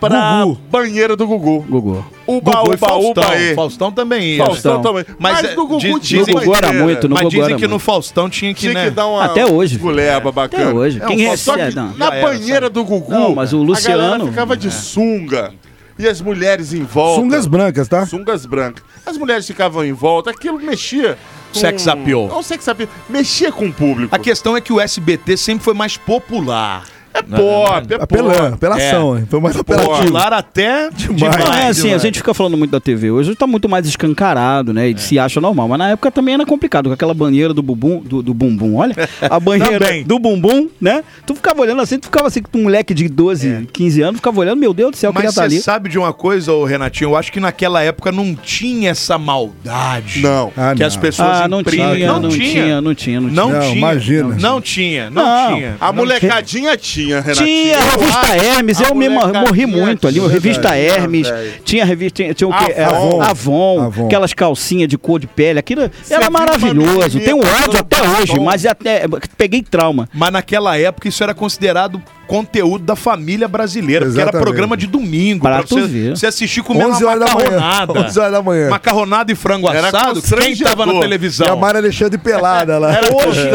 Speaker 3: Pra
Speaker 4: Gugu.
Speaker 3: banheira do Gugu.
Speaker 6: Gugu.
Speaker 3: O
Speaker 5: Gugu
Speaker 3: baú,
Speaker 5: e
Speaker 3: baú,
Speaker 5: Faustão.
Speaker 3: baú.
Speaker 5: Faustão também ia.
Speaker 3: Faustão
Speaker 6: Faustão.
Speaker 3: também.
Speaker 5: Mas, é, diz-
Speaker 6: No
Speaker 3: tinha
Speaker 5: dizem-
Speaker 6: Gugu era
Speaker 3: banheira.
Speaker 6: muito, no
Speaker 5: Mas
Speaker 6: Gugu
Speaker 5: dizem
Speaker 6: era
Speaker 5: que no
Speaker 6: muito.
Speaker 5: Faustão tinha que,
Speaker 3: Tinha
Speaker 5: né?
Speaker 3: que dar uma
Speaker 6: Até hoje.
Speaker 3: Guleba bacana.
Speaker 6: Até hoje. Quem
Speaker 3: um- só
Speaker 6: recebe-
Speaker 3: que
Speaker 6: não.
Speaker 3: na
Speaker 5: Já era,
Speaker 3: banheira do Gugu,
Speaker 6: Não, mas o
Speaker 3: a galera
Speaker 6: Luciano- é.
Speaker 3: ficava de sunga. E as mulheres em volta.
Speaker 4: Sungas brancas, tá?
Speaker 3: Sungas brancas. As mulheres ficavam em volta, aquilo mexia. com-
Speaker 5: Sex appeal.
Speaker 3: Não, sex appeal. Mexia com o público.
Speaker 5: A questão é que o SBT sempre foi mais popular.
Speaker 3: é pop, é pop.
Speaker 4: Apelando, apelação,
Speaker 6: É.
Speaker 4: hein? Foi mais apelativo.
Speaker 5: Popular até demais. né?
Speaker 6: Não, é assim, a
Speaker 5: demais. É.
Speaker 6: gente fica falando muito da TV. Hoje tá muito mais escancarado, né? E se acha normal. Mas na época também era complicado, com aquela banheira do bumbum, do, do bumbum, olha. A banheira
Speaker 5: Também.
Speaker 6: do bumbum, né? Tu ficava olhando assim, tu ficava assim, com um moleque de 12, 15 anos, ficava olhando, meu Deus do céu, eu queria
Speaker 5: É. Mas você
Speaker 6: estar tá ali.
Speaker 5: sabe de uma coisa, ô Renatinho? Eu acho que naquela época não tinha essa maldade.
Speaker 3: Não.
Speaker 4: Ah,
Speaker 5: que as
Speaker 4: não.
Speaker 5: pessoas
Speaker 6: Ah, não
Speaker 5: imprimem.
Speaker 6: tinha, não tinha, não tinha, não tinha.
Speaker 5: Não,
Speaker 4: Não,
Speaker 5: tinha.
Speaker 4: imagina.
Speaker 5: Não tinha, não,
Speaker 6: Não.
Speaker 5: tinha.
Speaker 3: A molecadinha tinha, Renatinho. Ah,
Speaker 6: Tinha a
Speaker 4: Ah,
Speaker 6: revista Hermes,
Speaker 3: a
Speaker 6: eu me mor-
Speaker 3: molecadinha
Speaker 6: morri muito ali. A
Speaker 4: é
Speaker 3: tinha,
Speaker 6: revista
Speaker 3: velho.
Speaker 6: Hermes,
Speaker 3: Ah, velho.
Speaker 6: tinha a revista, tinha, tinha o quê? É,
Speaker 3: Avon.
Speaker 6: Avon, Avon,
Speaker 4: Avon.
Speaker 6: aquelas calcinhas de cor de pele, aquilo
Speaker 3: viu uma
Speaker 6: era maravilhoso.
Speaker 3: menininha
Speaker 6: Tem um
Speaker 3: passando
Speaker 6: ódio até
Speaker 3: batom?
Speaker 6: hoje, mas até peguei trauma.
Speaker 5: Mas naquela época isso era considerado conteúdo da família brasileira, porque era
Speaker 4: Exatamente.
Speaker 5: programa de domingo,
Speaker 6: Pra tu
Speaker 5: você,
Speaker 6: ver.
Speaker 5: você assistir comendo
Speaker 4: 11
Speaker 5: uma
Speaker 4: horas da manhã.
Speaker 5: macarronada.
Speaker 4: 11 horas da manhã.
Speaker 5: Macarronada e frango
Speaker 3: Era
Speaker 5: assado, quem
Speaker 3: constrangedor.
Speaker 5: tava na
Speaker 4: E a
Speaker 5: televisão?
Speaker 4: Mari Alexandre pelada lá.
Speaker 3: Era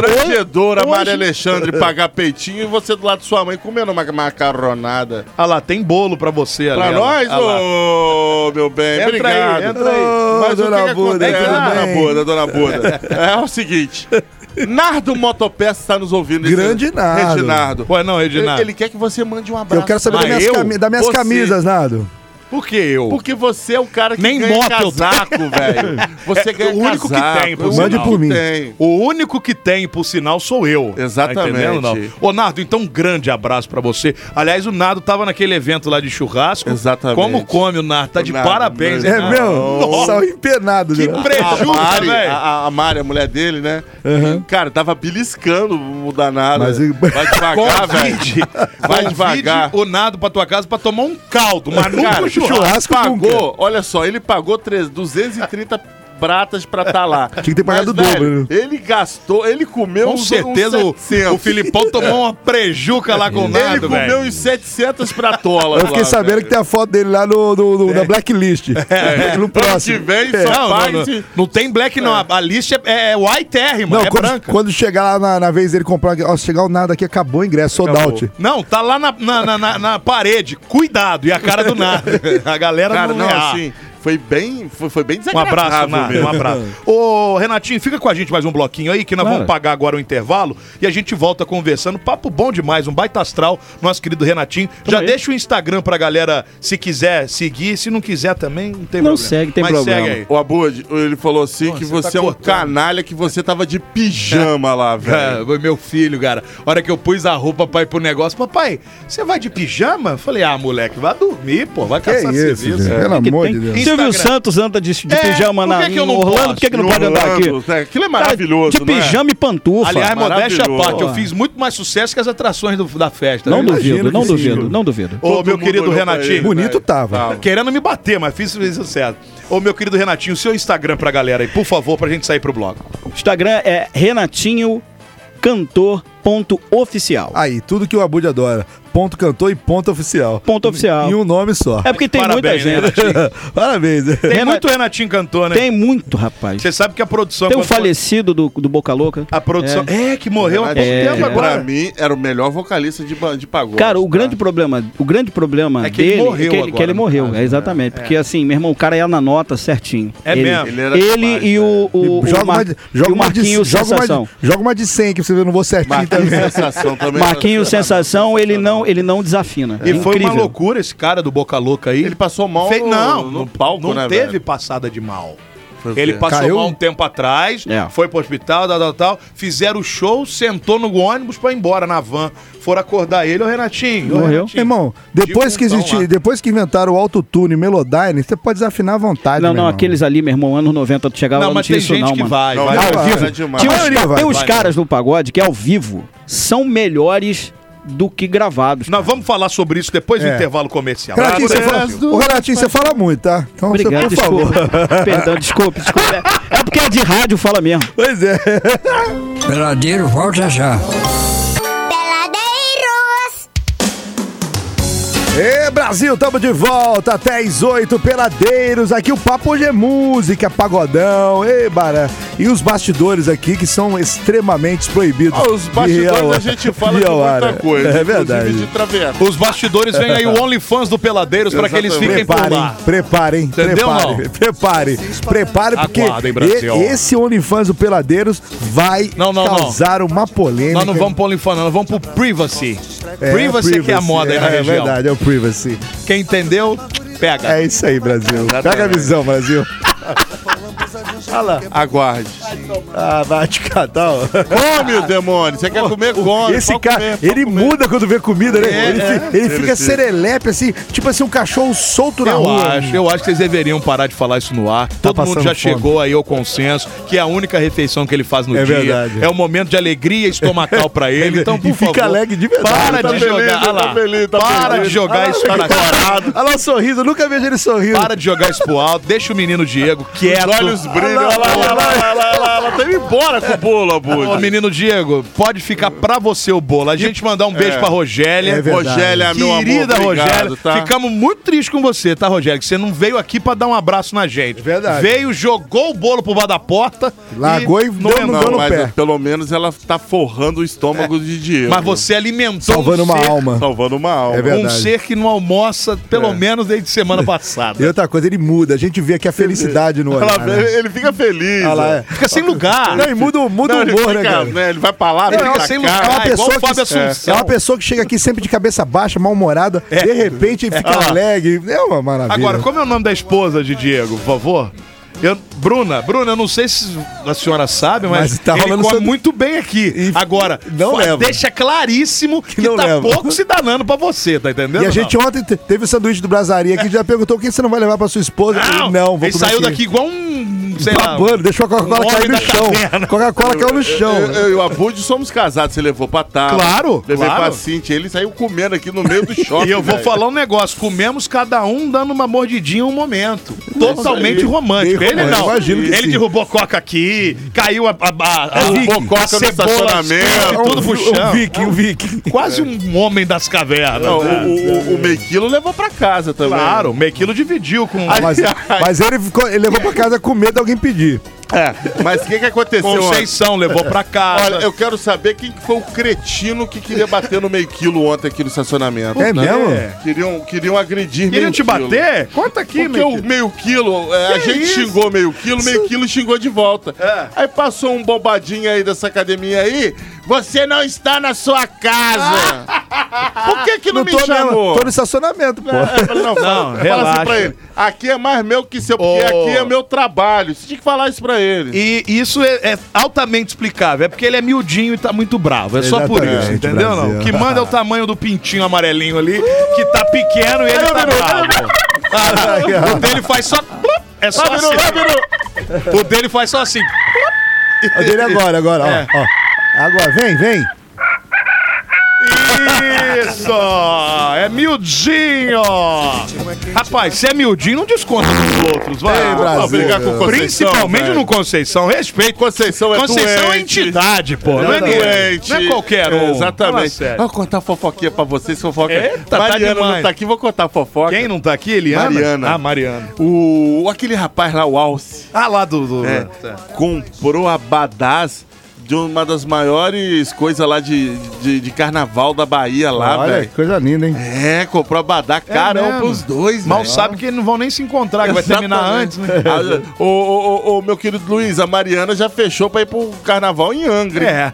Speaker 3: constrangedor a
Speaker 6: hoje-
Speaker 3: Maria Alexandre pagar peitinho e você do lado de sua mãe comendo uma macarronada.
Speaker 5: Ah lá, tem bolo pra você,
Speaker 3: Pra
Speaker 5: Alela.
Speaker 3: nós,
Speaker 5: Ah lá.
Speaker 3: ô, meu bem,
Speaker 5: Entra
Speaker 3: obrigado.
Speaker 5: aí, entra aí.
Speaker 4: Ô,
Speaker 3: Mas
Speaker 4: dona
Speaker 3: o que que
Speaker 4: Buda,
Speaker 3: acontece, Ah,
Speaker 4: tudo
Speaker 3: dona
Speaker 4: bem?
Speaker 3: Buda, dona Buda? É o seguinte, Nardo Motopeça está nos ouvindo.
Speaker 4: Grande Nardo.
Speaker 3: Reginardo.
Speaker 5: Ué, não,
Speaker 3: Ele,
Speaker 5: Edinardo.
Speaker 3: ele quer que você mande um abraço.
Speaker 4: Eu quero saber das
Speaker 3: pra
Speaker 4: minhas,
Speaker 3: eu,
Speaker 4: cami- das minhas
Speaker 3: você,
Speaker 4: camisas, Nado.
Speaker 5: Por que eu?
Speaker 3: Porque você é o cara que
Speaker 5: Nem
Speaker 3: ganha
Speaker 5: moto eu tenho.
Speaker 3: casaco, velho. Você ganha
Speaker 5: o único que
Speaker 3: casaco,
Speaker 5: tem, por
Speaker 3: é o
Speaker 5: sinal.
Speaker 3: único
Speaker 4: Mande por
Speaker 3: que
Speaker 4: mim.
Speaker 3: tem.
Speaker 5: O único que tem, por sinal, sou eu.
Speaker 3: Exatamente.
Speaker 5: Tá entendendo, Naldo? Ô, Nardo, então um grande abraço pra você. Aliás, o Nardo tava naquele evento lá de churrasco.
Speaker 3: Exatamente.
Speaker 5: Como come o Nardo? Tá de
Speaker 3: Nardo,
Speaker 5: parabéns,
Speaker 3: Nardo.
Speaker 4: É
Speaker 5: Nardo.
Speaker 4: meu, sal empenado.
Speaker 5: Que
Speaker 4: né?
Speaker 3: A
Speaker 5: prejuízo,
Speaker 3: Mari,
Speaker 5: velho.
Speaker 3: a, a Mari, a mulher dele, né? Cara, tava beliscando o danado.
Speaker 4: Mas e-
Speaker 3: Vai devagar,
Speaker 5: Convide,
Speaker 3: velho. Vai
Speaker 5: convide
Speaker 3: devagar.
Speaker 5: o Nardo pra tua casa pra tomar um caldo, mas nunca
Speaker 3: Cara,
Speaker 5: um churrasco.
Speaker 4: churrasco
Speaker 3: pagou,
Speaker 4: nunca.
Speaker 3: olha só, ele pagou 3, 230 pratas pra estar lá. Tinha
Speaker 4: que ter pagado o dobro, né?
Speaker 3: Ele gastou, ele comeu
Speaker 5: Com
Speaker 3: uns- uns
Speaker 5: certeza o,
Speaker 3: 700.
Speaker 5: o Filipão tomou uma prejuca lá com o
Speaker 3: Ele
Speaker 5: Nardo,
Speaker 3: comeu
Speaker 5: velho.
Speaker 3: uns 700 pratolas.
Speaker 4: Eu fiquei
Speaker 3: lá,
Speaker 4: sabendo
Speaker 3: velho.
Speaker 4: que tem a foto dele lá no, no- no- na blacklist. No
Speaker 3: Ano que
Speaker 4: próximo. É.
Speaker 3: vem,
Speaker 5: Não,
Speaker 3: só
Speaker 5: não,
Speaker 3: paga
Speaker 5: não,
Speaker 3: esse-
Speaker 5: não tem black, não. A- A lista é, é white R, mano.
Speaker 4: Não,
Speaker 5: É
Speaker 4: quando,
Speaker 5: branca.
Speaker 4: quando chegar lá na, na vez dele comprar, ó, se chegar o nada aqui, acabou o ingresso, sold
Speaker 3: Acabou.
Speaker 4: out.
Speaker 5: Não, tá lá na, na, na- na- na parede. Cuidado. E a cara do Nardo. A galera
Speaker 3: Cara,
Speaker 5: não,
Speaker 3: não,
Speaker 5: é.
Speaker 3: assim, foi bem, foi, foi bem
Speaker 5: Um abraço,
Speaker 3: desagradável
Speaker 5: Nardo.
Speaker 3: mesmo.
Speaker 5: Um abraço. Ô, Renatinho, fica com a gente mais um bloquinho aí, que nós
Speaker 6: Claro.
Speaker 5: vamos pagar agora o intervalo e a gente volta conversando. Papo bom demais, um baita astral, nosso querido Renatinho. Já
Speaker 6: aí.
Speaker 5: deixa o Instagram pra galera, se quiser seguir. Se não quiser também, não tem problema.
Speaker 6: Não segue, tem
Speaker 5: Mas
Speaker 6: problema.
Speaker 5: segue aí.
Speaker 3: O Abud, ele falou assim
Speaker 5: Pô,
Speaker 3: que
Speaker 5: você
Speaker 3: você,
Speaker 5: tá
Speaker 3: é um
Speaker 5: cortando.
Speaker 3: canalha que você tava de pijama lá, velho.
Speaker 5: É, foi meu filho, cara. A hora que eu pus a roupa pra ir pro negócio, papai, você vai de pijama? Eu Falei, ah, moleque, vai dormir, pô, vai
Speaker 4: Que
Speaker 5: caçar
Speaker 4: isso,
Speaker 5: serviço.
Speaker 3: é.
Speaker 4: gente, pelo
Speaker 6: Que
Speaker 4: amor
Speaker 6: tem-
Speaker 4: de Deus.
Speaker 6: Silvio
Speaker 5: Instagram.
Speaker 6: Santos anda de, de
Speaker 5: É,
Speaker 6: pijama
Speaker 5: por
Speaker 6: na,
Speaker 5: que que eu
Speaker 6: em
Speaker 5: não
Speaker 6: Orlando,
Speaker 5: posso? né?
Speaker 6: por que, que não
Speaker 3: Em
Speaker 6: pode andar aqui?
Speaker 3: Orlando, né? Aquilo é
Speaker 6: Cara,
Speaker 3: maravilhoso,
Speaker 6: De
Speaker 3: não é?
Speaker 6: pijama e pantufa.
Speaker 5: Aliás, modéstia à
Speaker 3: Maravilhoso.
Speaker 5: parte, eu fiz muito mais sucesso que as atrações do- da festa.
Speaker 6: não
Speaker 5: viu?
Speaker 6: duvido,
Speaker 4: imagino
Speaker 6: não
Speaker 4: que sim.
Speaker 6: duvido, não duvido.
Speaker 5: Ô,
Speaker 3: Todo
Speaker 5: meu
Speaker 3: mundo
Speaker 5: querido
Speaker 3: olhou pra ele,
Speaker 5: Renatinho.
Speaker 4: Bonito tava.
Speaker 3: Tava.
Speaker 5: Querendo me bater, mas fiz, fiz sucesso. Ô, meu querido Renatinho, o seu Instagram pra galera aí, por favor, pra gente sair pro bloco.
Speaker 6: Instagram é renatinhocantor.oficial.
Speaker 4: Aí, tudo que o Abud adora. ponto cantor e ponto oficial.
Speaker 6: Ponto oficial.
Speaker 4: Em um nome só.
Speaker 6: É porque tem
Speaker 5: Parabéns,
Speaker 6: muita gente.
Speaker 4: Parabéns.
Speaker 5: Tem
Speaker 6: Renato-
Speaker 5: muito Renatinho cantor, né?
Speaker 6: Tem muito, rapaz.
Speaker 5: Você sabe que a produção.
Speaker 6: Tem o
Speaker 5: quando foi-
Speaker 6: falecido do, do Boca Louca.
Speaker 5: A produção. É, que morreu há pouco
Speaker 6: É.
Speaker 5: tempo
Speaker 3: Pra
Speaker 5: agora.
Speaker 3: mim, era o melhor vocalista de, ba- de pagode.
Speaker 6: Cara, o
Speaker 3: tá?
Speaker 6: grande problema, o grande problema
Speaker 5: É que ele
Speaker 6: dele
Speaker 5: morreu
Speaker 6: é que ele,
Speaker 5: agora,
Speaker 6: que ele
Speaker 5: no
Speaker 6: morreu,
Speaker 5: caso,
Speaker 6: é, exatamente. Porque assim, meu irmão, o cara ia na nota certinho.
Speaker 5: É
Speaker 6: ele,
Speaker 5: mesmo.
Speaker 3: Ele
Speaker 6: Ele,
Speaker 3: era né? demais,
Speaker 6: e o, o, o,
Speaker 4: joga
Speaker 6: Mar-
Speaker 4: mais de-
Speaker 6: e
Speaker 4: joga
Speaker 6: o
Speaker 4: mais de-
Speaker 6: Marquinhos
Speaker 4: joga mais de-
Speaker 6: Sensação.
Speaker 4: Joga mais de 100 que você vê, eu não vou certinho
Speaker 3: Marquinhos
Speaker 4: também.
Speaker 3: Sensação também. era-
Speaker 6: Marquinhos Sensação, ele não, ele não desafina.
Speaker 5: E
Speaker 6: É
Speaker 5: foi uma
Speaker 6: incrível.
Speaker 5: loucura esse cara do Boca Louca aí.
Speaker 3: Ele passou mal
Speaker 5: Fe-
Speaker 3: no,
Speaker 5: não,
Speaker 3: no
Speaker 5: não-
Speaker 3: palco,
Speaker 5: não
Speaker 3: né,
Speaker 5: teve
Speaker 3: velho?
Speaker 5: passada de mal.
Speaker 3: Foi o
Speaker 5: Ele
Speaker 3: quê?
Speaker 5: passou
Speaker 4: Caiu?
Speaker 5: mal um tempo atrás,
Speaker 6: É.
Speaker 5: foi pro hospital, tal, tal, tal. Fizeram o show, sentou no ônibus pra ir embora na van. Foram acordar ele, ô Renatinho. ô,
Speaker 6: Morreu.
Speaker 5: Renatinho.
Speaker 4: Irmão, depois
Speaker 5: De
Speaker 4: que,
Speaker 5: montão
Speaker 4: existi,
Speaker 5: lá.
Speaker 4: depois que inventaram o autotune e melodyne, você pode desafinar à vontade.
Speaker 6: Não,
Speaker 4: meu
Speaker 6: não,
Speaker 4: irmão.
Speaker 6: aqueles ali, meu irmão, anos 90, tu chegava lá,
Speaker 5: Não,
Speaker 6: não
Speaker 5: mas
Speaker 6: tinha
Speaker 5: tem
Speaker 6: isso
Speaker 5: gente
Speaker 6: não,
Speaker 5: que
Speaker 6: mano.
Speaker 5: vai.
Speaker 3: Não,
Speaker 5: vai.
Speaker 3: ao
Speaker 4: vai.
Speaker 3: vivo. Era demais.
Speaker 6: Tinha um
Speaker 4: A
Speaker 6: uns,
Speaker 4: maioria
Speaker 6: tem
Speaker 4: vai,
Speaker 6: uns
Speaker 5: vai,
Speaker 6: caras do pagode que ao vivo são melhores do que gravados.
Speaker 5: Nós vamos falar sobre isso depois do
Speaker 4: É.
Speaker 5: intervalo comercial.
Speaker 4: Renatinho, você
Speaker 5: Brasil.
Speaker 4: fala, Ô, Renatinho, você fala muito, tá? Então,
Speaker 6: Obrigado,
Speaker 4: você, por
Speaker 6: desculpa.
Speaker 4: favor.
Speaker 6: Perdão, desculpe, desculpa. É, é porque é de rádio, fala mesmo.
Speaker 4: Pois é.
Speaker 8: Peladeiro volta já.
Speaker 9: Peladeiros!
Speaker 4: Ê, Brasil, estamos de volta até às 8 peladeiros. Aqui o papo hoje é música, pagodão, ê, bara. E os bastidores aqui que são extremamente proibidos.
Speaker 3: Ah, Os bastidores
Speaker 4: de-
Speaker 3: a gente fala
Speaker 4: de-
Speaker 3: de muita
Speaker 4: ar.
Speaker 3: coisa.
Speaker 4: É
Speaker 3: inclusive
Speaker 4: verdade.
Speaker 3: de travessa.
Speaker 5: Os bastidores vem aí o OnlyFans do Peladeiros pra que eles fiquem por
Speaker 4: Preparem,
Speaker 5: lá.
Speaker 4: preparem,
Speaker 5: Entendeu,
Speaker 4: preparem,
Speaker 5: não?
Speaker 4: preparem, preparem, porque
Speaker 5: Aguardem, Brasil.
Speaker 4: e- esse OnlyFans do Peladeiros vai
Speaker 5: Não, não, não.
Speaker 4: causar uma polêmica.
Speaker 5: Nós não vamos pro OnlyFans, não, nós vamos pro Privacy.
Speaker 4: É,
Speaker 5: privacy, que é a moda aí na
Speaker 4: é,
Speaker 5: região. Tá.
Speaker 4: É verdade, é o privacy.
Speaker 5: Quem entendeu, pega.
Speaker 4: É isso aí, Brasil. Pega a visão, Brasil.
Speaker 3: Aguarde.
Speaker 4: Ah, vai te catar, ó.
Speaker 3: Come, demônio. Você quer comer? Come.
Speaker 4: Esse
Speaker 3: Pode
Speaker 4: cara,
Speaker 3: comer, pode
Speaker 4: ele
Speaker 3: comer.
Speaker 4: muda quando vê comida, né?
Speaker 5: É,
Speaker 4: ele fi-
Speaker 5: é.
Speaker 4: ele fica
Speaker 3: Ele fica.
Speaker 4: serelepe, assim, tipo assim, um cachorro solto na
Speaker 5: Eu
Speaker 4: rua.
Speaker 5: acho, eu acho que vocês deveriam parar de falar isso no ar. Todo mundo
Speaker 4: Tá passando
Speaker 5: já
Speaker 4: fome.
Speaker 5: chegou aí ao consenso que é a única refeição que ele faz no
Speaker 4: É
Speaker 5: dia.
Speaker 4: verdade.
Speaker 5: É um momento de alegria estomacal pra ele. Então, por
Speaker 4: E fica
Speaker 5: favor,
Speaker 4: alegre de verdade.
Speaker 5: Para
Speaker 4: Tá
Speaker 5: de
Speaker 4: feliz,
Speaker 5: jogar,
Speaker 4: tá
Speaker 5: olha lá.
Speaker 4: feliz, tá
Speaker 5: para
Speaker 4: feliz.
Speaker 5: de jogar isso para fora.
Speaker 4: Olha lá o sorriso, eu nunca vejo ele sorrindo.
Speaker 5: Para de jogar isso pro alto. Deixa o menino Diego quieto.
Speaker 3: Os olhos brilham. Olha lá, olha lá, olha lá, olha lá. Ela tá indo embora com o bolo,
Speaker 5: Ô,
Speaker 3: Abud.
Speaker 5: menino Diego, pode ficar pra você o bolo. A gente mandar um beijo pra Rogélia.
Speaker 4: É verdade.
Speaker 3: Rogélia, meu amor,
Speaker 5: Querida
Speaker 3: obrigado,
Speaker 5: Rogélia,
Speaker 3: tá?
Speaker 5: ficamos muito tristes com você, tá, Rogélia? Que você não veio aqui pra dar um abraço na gente.
Speaker 4: É Verdade.
Speaker 5: Veio, jogou o bolo pro bar da porta.
Speaker 4: Largou e
Speaker 5: não
Speaker 4: deu no-
Speaker 5: lembrou.
Speaker 4: deu
Speaker 3: Não,
Speaker 4: no
Speaker 3: mas
Speaker 4: pé.
Speaker 3: pelo menos ela tá forrando o estômago de Diego.
Speaker 5: Mas você alimentou
Speaker 4: Salvando
Speaker 5: um
Speaker 4: uma
Speaker 5: ser,
Speaker 4: alma.
Speaker 3: Salvando uma
Speaker 4: É
Speaker 3: alma.
Speaker 4: verdade. É.
Speaker 5: um ser que não almoça, pelo menos desde semana passada.
Speaker 4: E outra coisa, ele muda. A gente vê aqui a felicidade no
Speaker 3: Ela-
Speaker 4: olhar. né?
Speaker 3: Ele fica feliz.
Speaker 4: Olha lá,
Speaker 3: ó.
Speaker 4: é.
Speaker 5: Fica sem lugar.
Speaker 4: Não, e muda, o- muda
Speaker 3: Não,
Speaker 4: o
Speaker 3: ele
Speaker 4: humor, né,
Speaker 3: fica,
Speaker 4: cara?
Speaker 3: né, Ele vai pra lá,
Speaker 5: Ele
Speaker 3: vem
Speaker 5: fica
Speaker 3: pra
Speaker 5: sem
Speaker 3: cá.
Speaker 4: É
Speaker 5: lugar.
Speaker 4: uma,
Speaker 5: Ah,
Speaker 4: pessoa
Speaker 5: igual o Fábio
Speaker 4: que, é,
Speaker 5: Assunção. É.
Speaker 4: uma pessoa que chega aqui sempre de cabeça baixa, mal-humorada, de repente ele fica alegre. É uma maravilha.
Speaker 5: Agora, como é o nome da esposa de Diego, por favor? Eu- Bruna, Bruna, eu não sei se a senhora sabe, mas,
Speaker 4: Mas tá
Speaker 5: ele
Speaker 4: rolando
Speaker 5: come
Speaker 4: sobre-
Speaker 5: muito bem aqui.
Speaker 4: E-
Speaker 5: Agora,
Speaker 4: não
Speaker 5: fa-
Speaker 4: leva.
Speaker 5: deixa claríssimo que,
Speaker 4: não
Speaker 5: tá
Speaker 4: leva.
Speaker 5: pouco se danando pra você, tá entendendo?
Speaker 4: E a gente ontem te- teve o sanduíche do Brasaria que já perguntou o que você não vai levar pra sua esposa. Eu falei,
Speaker 5: não,
Speaker 4: não vou
Speaker 5: ele
Speaker 4: comer
Speaker 5: saiu
Speaker 4: aqui."
Speaker 5: daqui igual um, sei lá,
Speaker 4: Babando, deixou a Coca-Cola
Speaker 5: um
Speaker 4: cair
Speaker 5: homem
Speaker 4: no
Speaker 5: da
Speaker 4: chão.
Speaker 5: caverna.
Speaker 4: Coca-Cola caiu no chão.
Speaker 3: Eu, eu e o Abud somos casados, você levou pra Tava.
Speaker 5: Então- Claro,
Speaker 3: Levei
Speaker 5: claro.
Speaker 3: pra Cintia, ele saiu comendo aqui no meio do shopping.
Speaker 5: E eu vou
Speaker 3: velho.
Speaker 5: falar um negócio: comemos cada um dando uma mordidinha em um momento. Totalmente
Speaker 3: aí.
Speaker 5: romântico.
Speaker 4: Bem
Speaker 5: Ele
Speaker 4: romântico,
Speaker 5: não.
Speaker 4: imagino que
Speaker 5: Ele
Speaker 4: sim.
Speaker 5: derrubou a coca aqui, caiu a, a, a, a,
Speaker 4: Viking.
Speaker 5: bococa,
Speaker 3: Coca no estacionamento.
Speaker 5: tudo pro
Speaker 4: um
Speaker 5: chão.
Speaker 4: viking, um viking.
Speaker 5: Quase um homem das cavernas.
Speaker 3: Não,
Speaker 5: né?
Speaker 3: o, o, o meio quilo levou pra casa também.
Speaker 5: Claro, meio quilo dividiu com.
Speaker 4: Ah, Mas, mas ele, ficou- ele levou pra casa com medo de alguém pedir.
Speaker 3: É, mas o que, que aconteceu? ontem?
Speaker 5: Conceição levou pra casa.
Speaker 3: Olha, eu quero saber quem que foi o cretino que queria bater no meio quilo ontem aqui no estacionamento. Né?
Speaker 4: É mesmo?
Speaker 3: Queriam, queriam agredir
Speaker 5: Queriam
Speaker 3: meio
Speaker 5: te
Speaker 3: quilo.
Speaker 5: bater? Conta aqui,
Speaker 3: Porque o
Speaker 5: meu.
Speaker 3: meio quilo, é, a
Speaker 5: Que
Speaker 3: gente
Speaker 5: isso? É.
Speaker 3: xingou meio quilo, meio quilo xingou de volta. Aí passou um bombadinho aí dessa academia aí. Você não está na sua casa! Por que que não, me
Speaker 4: tô,
Speaker 3: chamou?
Speaker 4: mesmo, tô no estacionamento, pô.
Speaker 5: É.
Speaker 3: Eu
Speaker 5: assim,
Speaker 3: falei, não, fala- fala
Speaker 5: relaxa.
Speaker 3: assim pra ele. Aqui é mais meu que seu, porque
Speaker 5: Ô.
Speaker 3: aqui é meu trabalho. Você tinha que falar isso pra ele.
Speaker 5: E isso é, é altamente explicável. É porque ele é miudinho e tá muito bravo. É só por
Speaker 4: Exatamente,
Speaker 5: isso, entendeu?
Speaker 4: Brasil.
Speaker 5: Não? O que manda é o tamanho do pintinho amarelinho ali, que tá pequeno e ele tá bravo. Ah, o dele faz só. É só assim. O dele faz só assim.
Speaker 4: O dele é
Speaker 5: É.
Speaker 4: agora, agora, ó, ó. Agora, vem, vem.
Speaker 5: só! É miudinho! Rapaz, se é miudinho, não desconta dos outros. Vai,
Speaker 3: Ei,
Speaker 5: Vamos
Speaker 3: Brasil.
Speaker 5: brigar com o Conceição, Principalmente
Speaker 3: velho.
Speaker 5: no Conceição. Respeito.
Speaker 3: Conceição é
Speaker 5: Conceição é
Speaker 3: doente.
Speaker 5: entidade, pô. Não é, doente. Não é qualquer um. Fala
Speaker 3: Exatamente.
Speaker 5: sério.
Speaker 3: Vou contar fofoquinha pra vocês, fofoca.
Speaker 5: Eita, tá
Speaker 3: Mariana
Speaker 5: demais.
Speaker 3: não tá aqui, vou contar fofoca.
Speaker 5: Quem não tá aqui, Eliana?
Speaker 3: Mariana.
Speaker 5: Ah, Mariana.
Speaker 3: O, aquele rapaz lá, o Alce,
Speaker 5: Ah, lá do... do-
Speaker 3: né, comprou a Badaz de uma das maiores coisas lá de, de, de carnaval da Bahia
Speaker 5: Ah,
Speaker 3: lá,
Speaker 10: Olha,
Speaker 3: velho.
Speaker 10: que coisa linda, hein?
Speaker 3: É, comprou a Badá, caramba,
Speaker 5: mesmo.
Speaker 3: os dois,
Speaker 5: Mal
Speaker 3: velho.
Speaker 5: sabe que eles não vão nem se encontrar, que vai terminar antes,
Speaker 3: Exatamente.
Speaker 5: né?
Speaker 3: Ah, Ô, ô, ô, ô, meu querido Luiz, a Mariana já fechou pra ir pro carnaval em Angra. hein?
Speaker 5: É.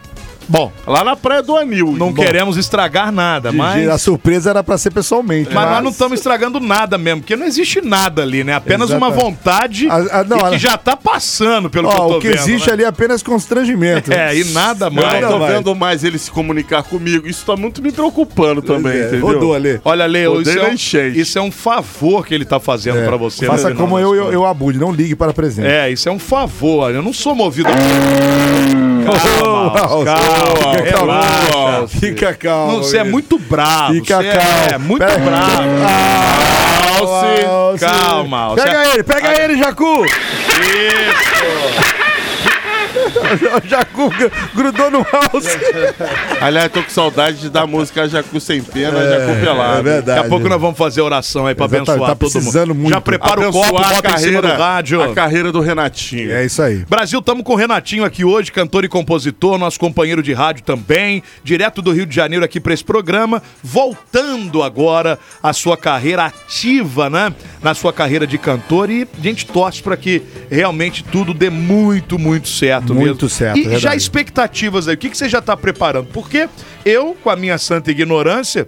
Speaker 5: Bom,
Speaker 3: Lá na Praia do Anil.
Speaker 5: não
Speaker 3: Bom,
Speaker 5: queremos estragar nada, mas...
Speaker 4: Mas... A surpresa era pra ser pessoalmente. né?
Speaker 5: Mas nós não estamos estragando nada mesmo, porque não existe nada ali, né? Apenas uma
Speaker 4: Exatamente.
Speaker 5: vontade
Speaker 4: A- a- não,
Speaker 5: e que
Speaker 4: a-
Speaker 5: já tá passando, pelo que eu
Speaker 4: Ó,
Speaker 5: tô
Speaker 4: o que
Speaker 5: vendo,
Speaker 4: existe
Speaker 5: né?
Speaker 4: ali é apenas constrangimento.
Speaker 5: É, e nada mais.
Speaker 3: Eu não
Speaker 4: Não,
Speaker 3: tô
Speaker 4: vai.
Speaker 3: vendo mais ele se comunicar comigo. Isso tá muito me preocupando também,
Speaker 4: É,
Speaker 3: entendeu?
Speaker 4: Rodou ali.
Speaker 5: Olha, Leo, isso
Speaker 3: Odeio
Speaker 5: é, um,
Speaker 3: enchente.
Speaker 5: isso é um favor que ele tá fazendo pra você. no
Speaker 4: É. Faça
Speaker 5: final
Speaker 4: como
Speaker 5: das
Speaker 4: eu, eu,
Speaker 5: contas.
Speaker 4: eu abude, não ligue para presente.
Speaker 5: É, isso é um favor. Eu não sou movido a... Calma,
Speaker 4: Alce,
Speaker 5: calma,
Speaker 4: fica calmo,
Speaker 5: relaxa.
Speaker 4: Alce. Fica calmo.
Speaker 5: Não, você é
Speaker 4: Luiz.
Speaker 5: muito bravo.
Speaker 4: Fica
Speaker 5: você
Speaker 4: calmo.
Speaker 5: É muito
Speaker 4: Pera aí. é
Speaker 5: bravo. Alce,
Speaker 4: Alce.
Speaker 5: calma, é- Alce.
Speaker 4: Pega ele, pega ele, Jacu! Isso! o Jacu gr- grudou no Alce.
Speaker 3: Aliás, tô com saudade de dar música a Jacu Sem Pena, Jacu Pelado.
Speaker 4: é verdade.
Speaker 5: Daqui a pouco nós vamos fazer oração aí pra
Speaker 4: Exatamente,
Speaker 5: abençoar
Speaker 4: tá
Speaker 5: todo
Speaker 4: precisando
Speaker 5: mundo.
Speaker 4: muito.
Speaker 5: Já prepara o copo,
Speaker 3: Abençoar
Speaker 5: bota em cima do rádio.
Speaker 3: A carreira do Renatinho.
Speaker 4: É isso aí.
Speaker 5: Brasil, estamos com o Renatinho aqui hoje, cantor e compositor, nosso companheiro de rádio também, direto do Rio de Janeiro aqui para esse programa, voltando agora à sua carreira ativa, né? Na sua carreira de cantor e a gente torce para que realmente tudo dê muito, muito certo mesmo.
Speaker 4: Muito certo,
Speaker 5: E já
Speaker 4: verdade.
Speaker 5: expectativas aí, o que, que você já está preparando? Porque eu, com a minha santa ignorância,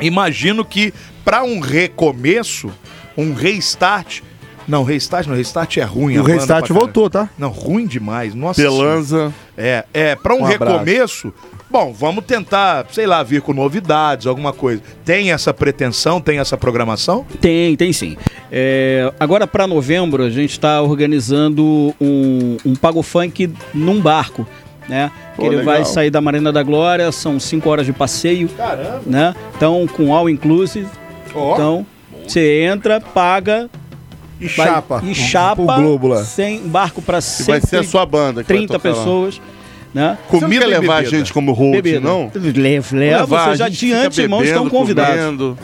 Speaker 5: imagino que para um recomeço, um restart. Não, restart não, restart é ruim.
Speaker 4: E
Speaker 5: a
Speaker 4: o
Speaker 5: banda
Speaker 4: restart
Speaker 5: pra caralho.
Speaker 4: voltou, tá?
Speaker 5: Não, ruim demais. Nossa. senhora.
Speaker 3: Pelanza.
Speaker 5: É, é, pra um,
Speaker 3: Um abraço.
Speaker 5: recomeço, bom, vamos tentar, sei lá, vir com novidades, alguma coisa. Tem essa pretensão, tem essa programação?
Speaker 6: Tem, tem sim. É, agora para novembro a gente está organizando um, um pago funk num barco, né?
Speaker 3: Pô,
Speaker 6: que ele
Speaker 3: legal.
Speaker 6: vai sair da Marina da Glória, são 5 horas de passeio,
Speaker 5: Caramba.
Speaker 6: né? Então com all inclusive, então você entra, paga
Speaker 4: E
Speaker 6: vai-
Speaker 4: chapa.
Speaker 6: e chapa,
Speaker 4: Pro Globo lá.
Speaker 6: sem barco para
Speaker 3: E vai ser a sua banda. que vai
Speaker 6: 30
Speaker 3: tocar lá.
Speaker 6: pessoas, né?
Speaker 5: Você
Speaker 3: Comida é
Speaker 5: não quer
Speaker 3: levar a
Speaker 5: bebida?
Speaker 3: gente como hold,
Speaker 6: Bebida.
Speaker 3: não?
Speaker 6: Leva, leva, vocês já de antemão estão convidados.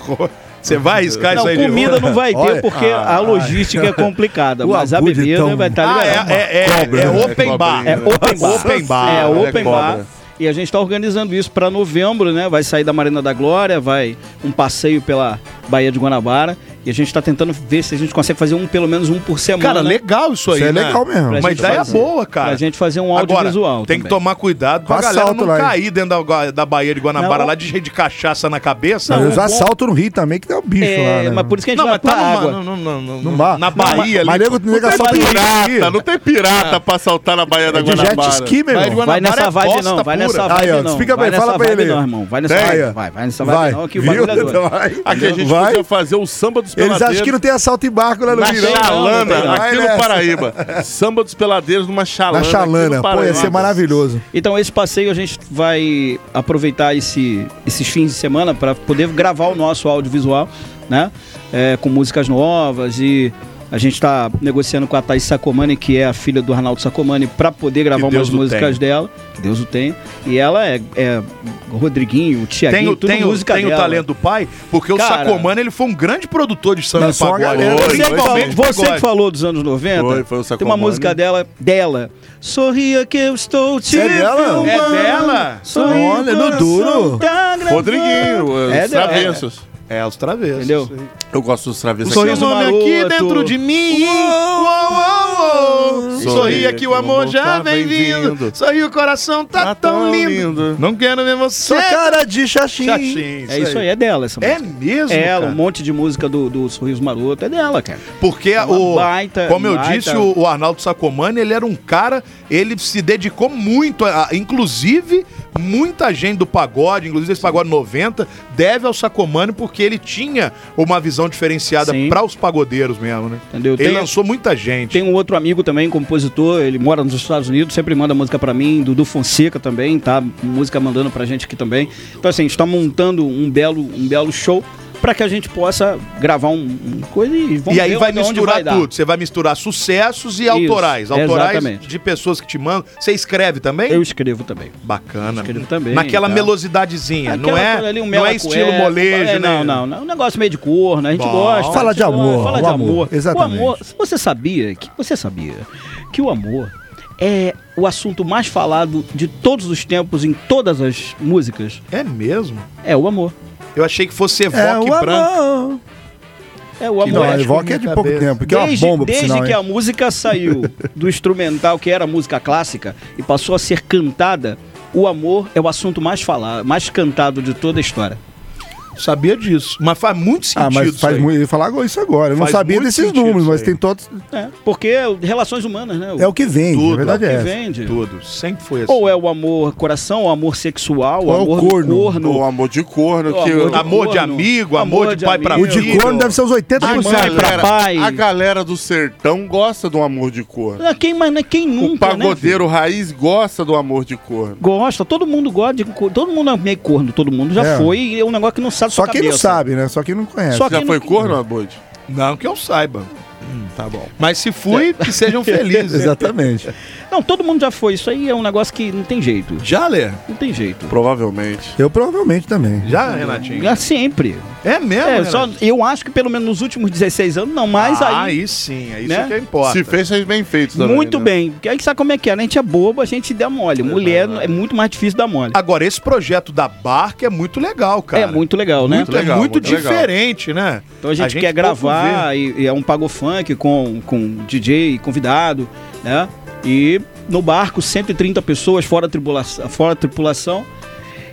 Speaker 5: Você vai arriscar
Speaker 6: Não,
Speaker 5: isso aí? de
Speaker 6: comida
Speaker 5: novo?
Speaker 6: não vai ter
Speaker 4: Olha, ah,
Speaker 6: porque a logística é complicada,
Speaker 4: O
Speaker 6: mas a
Speaker 4: Abude,
Speaker 6: bebida
Speaker 4: então.
Speaker 6: vai estar
Speaker 5: Ah,
Speaker 6: liberada.
Speaker 5: é, é, é,
Speaker 4: Cobra,
Speaker 5: é
Speaker 4: né?
Speaker 5: open
Speaker 3: É
Speaker 5: bar.
Speaker 3: cobrinha.
Speaker 6: É open bar.
Speaker 5: Open
Speaker 4: Ah,
Speaker 5: bar.
Speaker 6: É
Speaker 3: Olha,
Speaker 6: open
Speaker 3: cobra.
Speaker 6: bar. E a gente está organizando isso para novembro, né? Vai sair da Marina da Glória, vai um passeio pela Baía de Guanabara. E a gente está tentando ver se a gente consegue fazer um pelo menos um por semana.
Speaker 5: Cara, legal isso aí,
Speaker 4: Isso é
Speaker 5: né?
Speaker 4: legal mesmo.
Speaker 6: Pra
Speaker 5: Uma
Speaker 6: gente
Speaker 5: ideia
Speaker 6: fazer.
Speaker 5: boa, cara.
Speaker 6: Pra gente fazer um
Speaker 5: Agora,
Speaker 6: audiovisual.
Speaker 5: tem que
Speaker 6: também.
Speaker 5: tomar cuidado pra
Speaker 4: Com
Speaker 5: galera
Speaker 4: assalto
Speaker 5: não
Speaker 4: lá, hein?
Speaker 5: cair dentro da, da Bahia de Guanabara
Speaker 6: Não.
Speaker 5: lá de cheio de cachaça na cabeça. né?
Speaker 4: Mas
Speaker 5: Não,
Speaker 4: os assaltos no Rio também, que dá um bicho lá,
Speaker 6: É,
Speaker 4: né?
Speaker 6: mas por isso que a gente
Speaker 5: não,
Speaker 6: vai
Speaker 5: mas
Speaker 6: pra
Speaker 5: tá
Speaker 6: água.
Speaker 5: numa, no, no, no,
Speaker 4: Não dá.
Speaker 5: na Bahia
Speaker 4: Mas
Speaker 5: ali. tipo,
Speaker 4: nego nega
Speaker 6: tem
Speaker 4: assalta
Speaker 6: barulho.
Speaker 4: em
Speaker 3: Pirata, Tá, não tem pirata pra saltar na Baía da
Speaker 4: É De
Speaker 3: Guanabara.
Speaker 4: jet ski, meu irmão.
Speaker 6: Vai nessa
Speaker 5: Guanabara é
Speaker 6: vibe
Speaker 5: bosta
Speaker 6: não, vai nessa
Speaker 5: pura.
Speaker 6: vibe
Speaker 4: Aí, ó,
Speaker 6: não.
Speaker 4: explica
Speaker 6: vai
Speaker 4: bem, fala
Speaker 6: nessa
Speaker 4: pra
Speaker 6: vibe
Speaker 4: ele aí.
Speaker 6: não, irmão. Vai nessa
Speaker 4: Tem.
Speaker 6: vibe, vai, vai nessa
Speaker 4: Vai,
Speaker 6: vibe não, que o
Speaker 4: viu? Então,
Speaker 6: bagulho é doido.
Speaker 4: Vai.
Speaker 3: Aqui a gente
Speaker 4: Vai.
Speaker 3: podia fazer o samba dos
Speaker 4: Eles acham
Speaker 3: peladeiros.
Speaker 4: que não tem assalto em barco lá no
Speaker 3: Na
Speaker 4: Rio, não.
Speaker 3: chalana,
Speaker 6: Não, não, não.
Speaker 3: aqui
Speaker 4: Vai nessa.
Speaker 3: no Paraíba. Samba dos peladeiros numa chalana.
Speaker 4: Na
Speaker 3: aqui
Speaker 4: chalana,
Speaker 3: no
Speaker 4: pô, ia
Speaker 3: Paraíba.
Speaker 4: ser maravilhoso.
Speaker 6: Então esse passeio a gente vai aproveitar esse- esses fins de semana para poder gravar o nosso audiovisual, né? É, com músicas novas e a gente está negociando com a Thaís Sacomani, que é a filha do Arnaldo Sacomani, para poder gravar
Speaker 5: Deus
Speaker 6: umas
Speaker 5: o
Speaker 6: músicas dela. Que Deus o tenha. E ela é, é Rodriguinho,
Speaker 5: Tem,
Speaker 6: Tiaguinho,
Speaker 5: o-
Speaker 6: tudo
Speaker 5: tem, o-
Speaker 6: música
Speaker 5: tem o
Speaker 6: dela.
Speaker 5: talento do pai, porque
Speaker 6: Cara.
Speaker 5: o Sacomano ele foi um grande produtor de samba e
Speaker 4: Lançou uma
Speaker 5: pagode.
Speaker 4: galera,
Speaker 6: Você, que falou,
Speaker 5: Principalmente
Speaker 6: você que
Speaker 5: pagode.
Speaker 6: falou dos anos 90,
Speaker 3: Foi, foi o
Speaker 6: tem uma
Speaker 3: Sacomani.
Speaker 6: música dela, dela. Sorria que eu estou te
Speaker 4: É dela?
Speaker 6: filmando.
Speaker 5: É dela? é
Speaker 6: Sorri,
Speaker 4: Olha, no
Speaker 6: coração
Speaker 4: duro.
Speaker 6: tá gravando.
Speaker 3: Rodriguinho,
Speaker 6: É
Speaker 3: os
Speaker 6: dela,
Speaker 3: travessos.
Speaker 5: É, os travessos.
Speaker 6: Entendeu?
Speaker 3: Eu gosto dos travessos.
Speaker 5: Sorriu
Speaker 6: Sorriso
Speaker 5: nome aqui
Speaker 6: maroto.
Speaker 5: dentro de mim. Uou, uou, uou. Sorria que o amor já vem vindo. Sorri o coração tá tão lindo. Não quero ver você.
Speaker 4: Sua cara de xaxim.
Speaker 5: Chaxim,
Speaker 6: É isso aí, é dela essa
Speaker 5: É
Speaker 6: música.
Speaker 5: mesmo?
Speaker 6: ela,
Speaker 5: cara?
Speaker 6: um monte de música do, do Sorriso Maroto, é dela, cara.
Speaker 5: Porque
Speaker 6: É Uma
Speaker 5: o.
Speaker 6: baita-
Speaker 5: como eu
Speaker 6: baita-
Speaker 5: disse, o, o Arnaldo Sacomani, ele era um cara, ele se dedicou muito, a- a- inclusive muita gente do pagode, inclusive esse pagode 90, deve ao Sacomani porque ele tinha uma visão diferenciada
Speaker 6: Sim.
Speaker 5: para os pagodeiros mesmo, né?
Speaker 6: Entendeu?
Speaker 5: Ele
Speaker 6: Tem-
Speaker 5: lançou muita gente.
Speaker 6: Tem um outro amigo também, compositor, ele mora nos Estados Unidos, sempre manda música pra mim, Dudu Fonseca também, tá? Música mandando pra gente aqui também. Então assim, a gente tá montando um belo, um belo show pra que a gente possa gravar um, um coisa e vamos
Speaker 5: e aí
Speaker 6: ver
Speaker 5: vai
Speaker 6: onde- onde
Speaker 5: misturar
Speaker 6: vai dar.
Speaker 5: tudo. Você vai misturar sucessos e
Speaker 6: Isso,
Speaker 5: autorais. Autorais
Speaker 6: exatamente.
Speaker 5: de pessoas que te mandam. Você escreve também?
Speaker 6: Eu escrevo também.
Speaker 5: Bacana.
Speaker 6: escrevo também,
Speaker 5: Naquela
Speaker 6: tá.
Speaker 5: melosidadezinha. não
Speaker 6: Aquela
Speaker 5: é,
Speaker 6: coisa ali, um
Speaker 5: não
Speaker 6: mel
Speaker 5: é
Speaker 6: na
Speaker 5: estilo
Speaker 6: cueca,
Speaker 5: molejo, né?
Speaker 6: é, Não, não, não. É um negócio meio de corno, a gente
Speaker 5: Bom.
Speaker 6: gosta.
Speaker 11: Fala de amor,
Speaker 6: Fala de
Speaker 11: o
Speaker 6: amor.
Speaker 11: amor, exatamente.
Speaker 6: O amor, você sabia que você sabia que o amor é o assunto mais falado de todos os tempos em todas as músicas?
Speaker 5: É mesmo?
Speaker 6: É o amor.
Speaker 5: Eu achei que fosse Evoque
Speaker 11: É o
Speaker 5: Branco.
Speaker 11: amor.
Speaker 6: É o amor.
Speaker 11: Não,
Speaker 6: É,
Speaker 11: a
Speaker 6: acho
Speaker 11: Evoque é de pouco
Speaker 5: cabeça.
Speaker 11: tempo, que é uma
Speaker 6: desde
Speaker 11: bomba, por
Speaker 6: desde
Speaker 11: sinal.
Speaker 6: que um
Speaker 11: hein?
Speaker 6: a música saiu do instrumental, que era música clássica, e passou a ser cantada, o amor é o assunto mais falado, mais cantado de toda a história.
Speaker 5: Sabia disso. Mas faz muito sentido.
Speaker 11: Ah, mas
Speaker 5: isso
Speaker 11: faz
Speaker 5: aí.
Speaker 11: muito. Eu ia falar agora isso agora. Eu não
Speaker 5: Faz
Speaker 11: sabia
Speaker 5: muito
Speaker 11: desses
Speaker 5: sentido
Speaker 11: números,
Speaker 5: isso
Speaker 11: mas
Speaker 5: aí.
Speaker 11: tem todos.
Speaker 6: É, porque relações humanas, né?
Speaker 11: É o que vende,
Speaker 5: Tudo,
Speaker 11: na verdade
Speaker 6: que
Speaker 11: é. essa.
Speaker 6: vende.
Speaker 5: Tudo. Sempre foi assim.
Speaker 6: Ou é o amor coração, o amor sexual, o
Speaker 11: Ou é o
Speaker 6: amor
Speaker 11: corno.
Speaker 6: do corno.
Speaker 3: O amor de corno.
Speaker 6: O
Speaker 3: que
Speaker 6: amor de
Speaker 5: amor de
Speaker 6: corno,
Speaker 5: amigo, amor de pai pra
Speaker 11: O de
Speaker 5: Amigo.
Speaker 11: corno deve ser os 80%.
Speaker 3: a,
Speaker 6: mãe pra
Speaker 3: galera,
Speaker 6: pai.
Speaker 3: a galera do sertão gosta do amor de corno.
Speaker 6: Ah, Quem, mas, né, quem nunca,
Speaker 3: o
Speaker 6: né, filho?
Speaker 3: pagodeiro raiz gosta do amor de corno.
Speaker 6: Gosta, todo mundo gosta de corno. Todo mundo é meio corno, todo mundo já
Speaker 11: É.
Speaker 6: foi. e É um negócio que não sabe
Speaker 11: Só
Speaker 6: sua
Speaker 11: quem não
Speaker 6: cabeça.
Speaker 11: sabe, né? Só quem não conhece.
Speaker 6: Só
Speaker 3: Já
Speaker 6: quem
Speaker 3: foi
Speaker 6: não-
Speaker 3: corno, Abud?
Speaker 5: Não que eu saiba. tá bom. Mas se fui, que sejam felizes.
Speaker 11: Exatamente.
Speaker 6: Não, todo mundo já foi. Isso aí é um negócio que não tem jeito.
Speaker 5: Já, Lê?
Speaker 6: Não tem jeito.
Speaker 3: Provavelmente.
Speaker 11: Eu provavelmente também.
Speaker 5: Já, Renatinho?
Speaker 6: É sempre.
Speaker 5: É mesmo,
Speaker 6: É,
Speaker 5: Renatinho?
Speaker 6: só, eu acho que pelo menos nos últimos 16 anos, não, mas
Speaker 5: ah,
Speaker 6: aí.
Speaker 5: aí sim, é isso
Speaker 6: né?
Speaker 5: que importa.
Speaker 3: Se fez, fez bem feito também.
Speaker 6: Muito
Speaker 3: né?
Speaker 6: bem. Porque aí sabe como é que é? né? A gente é bobo, a gente dá mole. Mulher é muito mais difícil dar mole.
Speaker 5: Agora, esse projeto da barca é muito legal, Ah, cara.
Speaker 6: É muito legal, né?
Speaker 5: Muito- é
Speaker 3: legal,
Speaker 5: muito
Speaker 3: muito legal.
Speaker 5: diferente, né?
Speaker 6: Então a gente, quer
Speaker 5: pouco vê.
Speaker 6: gravar e, e é um pago funk com, com DJ e convidado, né? E no barco 130 pessoas fora a tripulação, fora a tripulação.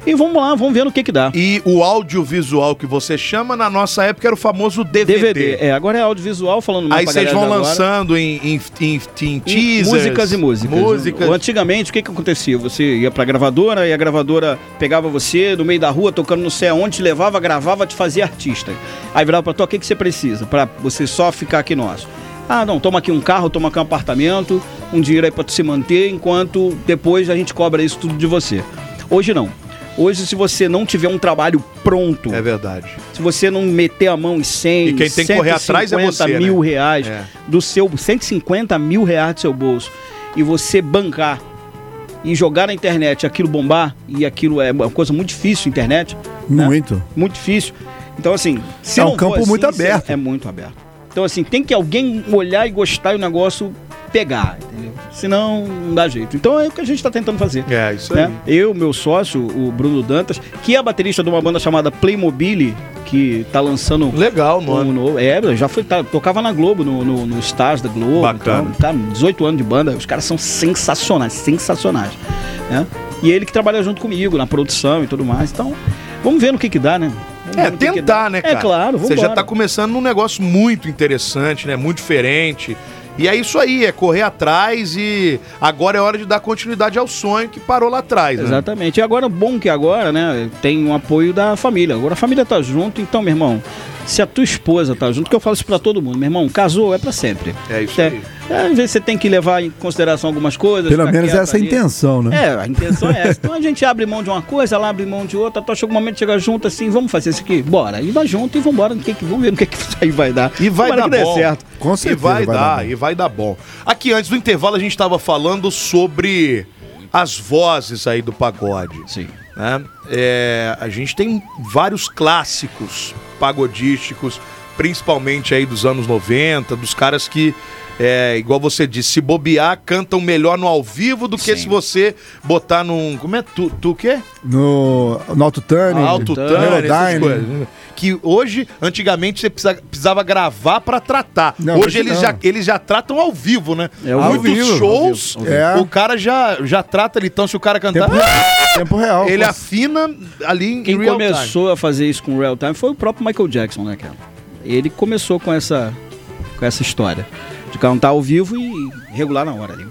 Speaker 6: E vamos lá, vamos ver no que que dá.
Speaker 5: E o audiovisual que você chama, na nossa época, era o famoso DVD.
Speaker 6: DVD. É, agora é audiovisual falando mais
Speaker 5: Aí
Speaker 6: pra
Speaker 5: vocês
Speaker 6: galera
Speaker 5: vão
Speaker 6: de agora.
Speaker 5: lançando em, em, em, em
Speaker 6: E
Speaker 5: teasers.
Speaker 6: Um, músicas e músicas.
Speaker 5: Músicas.
Speaker 6: O- Antigamente, o que que acontecia? Você ia pra gravadora e a gravadora pegava você no meio da rua, tocando não sei aonde, te levava, gravava, te fazia artista. Aí virava pra tu, o que que você precisa pra você só ficar aqui nosso? Ah, não, toma aqui um carro, toma aqui um apartamento, um dinheiro aí pra tu se manter, enquanto depois a gente cobra isso tudo de você. Hoje não. Hoje, se você não tiver um trabalho pronto,
Speaker 5: É verdade.
Speaker 6: se você não meter a mão em 100,
Speaker 5: E quem tem que correr atrás é
Speaker 6: 150
Speaker 5: você,
Speaker 6: mil
Speaker 5: né?
Speaker 6: reais
Speaker 5: É.
Speaker 6: do seu 150 mil reais do seu bolso e você bancar e jogar na internet aquilo bombar e aquilo é uma coisa muito difícil internet, né?
Speaker 11: Muito.
Speaker 6: muito difícil. Então assim, se
Speaker 11: É um
Speaker 6: não for
Speaker 11: campo
Speaker 6: assim,
Speaker 11: muito
Speaker 6: você-
Speaker 11: aberto.
Speaker 6: É muito aberto. Então assim, tem que alguém olhar e gostar e o negócio pegar, entendeu? Senão não dá jeito. Então é o que a gente está tentando fazer
Speaker 5: É, isso aí.
Speaker 6: né? Eu, meu sócio, o Bruno Dantas, que é baterista de uma banda chamada Playmobil, que tá
Speaker 5: Hum,
Speaker 6: lançando
Speaker 5: Legal o
Speaker 6: um
Speaker 5: nome.
Speaker 6: novo. É, já foi, tá- tocava na Globo, no, no, no Stars da Globo.
Speaker 5: Bacana.
Speaker 6: então, tá, 18 anos de banda, os caras são sensacionais, sensacionais. né? E ele que trabalha junto comigo na produção e tudo mais. Então, vamos ver no que que dá, né? Vamos
Speaker 5: É,
Speaker 6: ver no que que
Speaker 5: tentar,
Speaker 6: dá.
Speaker 5: né, cara?
Speaker 6: É claro,
Speaker 5: Você
Speaker 6: vamos
Speaker 5: já tá começando num negócio muito interessante, né? Muito diferente. E é isso aí, é correr atrás e agora é hora de dar continuidade ao sonho que parou lá atrás, né?
Speaker 6: Exatamente. E agora, bom que agora, né, tem um apoio da família. Agora a família tá junto, então, meu irmão, se a tua esposa tá junto, que eu falo isso pra todo mundo, meu irmão, casou é pra sempre.
Speaker 5: É isso
Speaker 6: É,
Speaker 5: aí.
Speaker 6: é, às vezes você tem que levar em consideração algumas coisas.
Speaker 11: Pelo
Speaker 6: ficar
Speaker 11: menos
Speaker 6: Tá quieto
Speaker 11: essa é a
Speaker 6: ali.
Speaker 11: intenção, né?
Speaker 6: É, a intenção é essa. Então a gente abre mão de uma coisa, ela abre mão de outra, até chega um momento que chega junto assim, vamos fazer isso aqui, bora. E vai junto e vambora, no que que, vamos ver no que, que isso aí vai dar.
Speaker 5: E vai
Speaker 6: Tomara
Speaker 5: dar
Speaker 6: que dê
Speaker 5: bom.
Speaker 6: certo.
Speaker 11: Com certeza
Speaker 5: e vai,
Speaker 11: vai
Speaker 5: dar,
Speaker 11: dar bom.
Speaker 5: e vai dar bom. Aqui, antes do intervalo, a gente estava falando sobre as vozes aí do pagode.
Speaker 6: Sim.
Speaker 5: né? É, a gente tem vários clássicos pagodísticos, principalmente aí dos anos 90, dos caras que, é, igual você disse, se bobear, cantam melhor no ao vivo do que se você botar num. Como é? Tu, tu quê?
Speaker 11: No, no Alto Tânia.
Speaker 5: Alto Tânia, essas
Speaker 11: Melodyne.
Speaker 5: coisas. né? Que hoje, antigamente, você precisa- precisava gravar pra tratar.
Speaker 11: Não,
Speaker 5: hoje
Speaker 11: hoje
Speaker 5: eles
Speaker 11: não.
Speaker 5: já, eles já tratam ao vivo, né?
Speaker 6: É, ao
Speaker 5: Muitos
Speaker 11: vivo,
Speaker 5: shows,
Speaker 11: ao vivo, ao
Speaker 4: É.
Speaker 11: vivo.
Speaker 5: o cara já, já trata ele. Então, se o cara cantar,
Speaker 11: Tempo, tempo real.
Speaker 5: ele é afina ali em
Speaker 6: Quem
Speaker 5: real time.
Speaker 6: começou a fazer isso com real time foi o próprio Michael Jackson, né, cara? Ele começou com essa, com essa história de cantar ao vivo e regular na hora ali.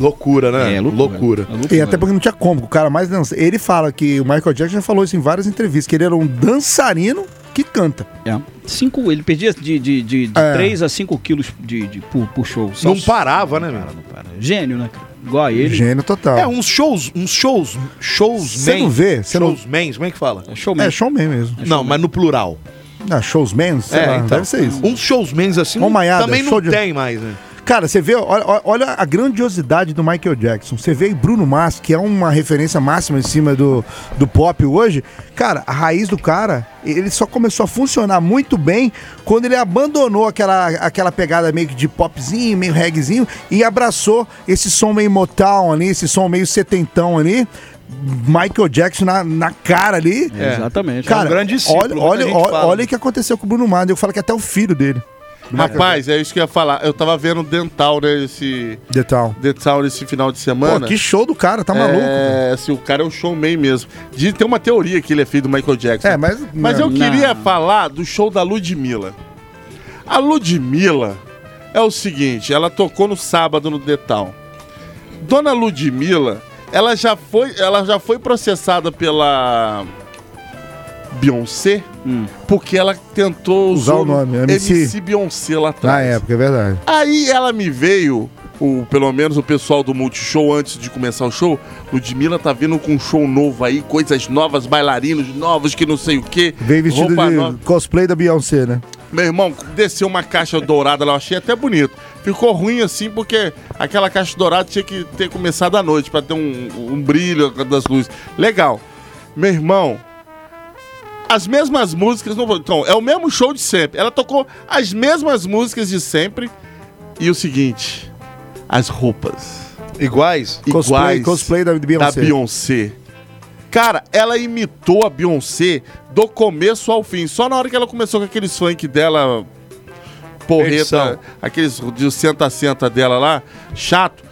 Speaker 1: Loucura, né?
Speaker 6: É, loucura.
Speaker 1: loucura.
Speaker 6: É loucura.
Speaker 4: E até porque não tinha como, o cara mais dança. Ele fala que o Michael Jackson já falou isso em várias entrevistas, que ele era um dançarino que canta.
Speaker 6: É. Cinco, ele perdia de, de, de, de
Speaker 4: É.
Speaker 6: 3 a 5 quilos de, de, por, por show. Só
Speaker 1: Não parava, né, meu?
Speaker 6: Gênio, né, cara? Igual a ele.
Speaker 4: Gênio total.
Speaker 5: um
Speaker 1: É, uns shows, uns shows, shows
Speaker 4: Você não vê, você não-
Speaker 1: Showsmans, como é que fala?
Speaker 6: Showman.
Speaker 4: É showman mesmo.
Speaker 1: Não, mas no plural.
Speaker 4: Ah, showsman, sei
Speaker 1: É,
Speaker 4: lá,
Speaker 1: então.
Speaker 4: deve ser isso.
Speaker 1: Uns showsmans assim
Speaker 4: Uma maiada,
Speaker 1: também não
Speaker 4: show de-
Speaker 1: tem mais, né?
Speaker 4: Cara, você vê, olha, olha- olha a grandiosidade do Michael Jackson. Você vê aí Bruno Mars, que é uma referência máxima em cima do, do pop hoje. Cara, a raiz do cara, ele só começou a funcionar muito bem quando ele abandonou aquela, aquela pegada meio que de popzinho, meio reggaezinho, e abraçou esse som meio Motown ali, esse som meio setentão ali. Michael Jackson na, na cara ali.
Speaker 6: É, Exatamente.
Speaker 4: Cara,
Speaker 1: um grande discípulo,
Speaker 4: olha,
Speaker 1: muita
Speaker 4: olha,
Speaker 1: gente
Speaker 4: olha,
Speaker 1: fala.
Speaker 4: olha o que aconteceu com o Bruno Mars. Eu falo que até o filho dele.
Speaker 3: Rapaz, é isso que eu ia falar. Eu tava vendo Dental, né, esse...
Speaker 4: Detal.
Speaker 3: Dental nesse final de semana.
Speaker 4: Pô, que show do cara, tá maluco. velho.
Speaker 3: É, assim, o cara é um showman mesmo. Diz, tem uma teoria que ele é filho do Michael Jackson.
Speaker 4: É, mas-
Speaker 3: Mas eu
Speaker 6: Não.
Speaker 3: queria falar do show da Ludmilla. A Ludmilla é o seguinte, ela tocou no sábado no Detal. Dona Ludmilla, ela já foi, ela já foi processada pela Beyoncé, porque ela tentou
Speaker 4: Hum. Usar o nome,
Speaker 3: MC.
Speaker 4: MC.
Speaker 3: Beyoncé lá atrás.
Speaker 4: Na época, é verdade.
Speaker 3: Aí ela me veio, o, pelo menos o pessoal do Multishow, antes de começar o show, Ludmilla tá vindo com um show novo aí, coisas novas, bailarinos novos, que não sei o quê.
Speaker 4: Vem vestido
Speaker 3: roupa
Speaker 4: de
Speaker 3: nova.
Speaker 4: cosplay da Beyoncé, né?
Speaker 3: Meu irmão, desceu uma caixa dourada lá, eu achei até bonito. Ficou ruim assim, porque aquela caixa dourada tinha que ter começado à noite, pra ter um, um brilho das luzes. Legal. Meu irmão, as mesmas músicas. Não, vou- então, é o mesmo show de sempre. Ela tocou as mesmas músicas de sempre. E o seguinte: as roupas.
Speaker 1: Iguais.
Speaker 4: Cosplay,
Speaker 3: iguais
Speaker 4: cosplay da
Speaker 3: da
Speaker 4: Beyoncé.
Speaker 3: Beyoncé. Cara, ela imitou a Beyoncé do começo ao fim. Só na hora que ela começou com aqueles funk dela,
Speaker 1: Edição.
Speaker 3: porreta, aqueles de senta-senta dela lá, chato.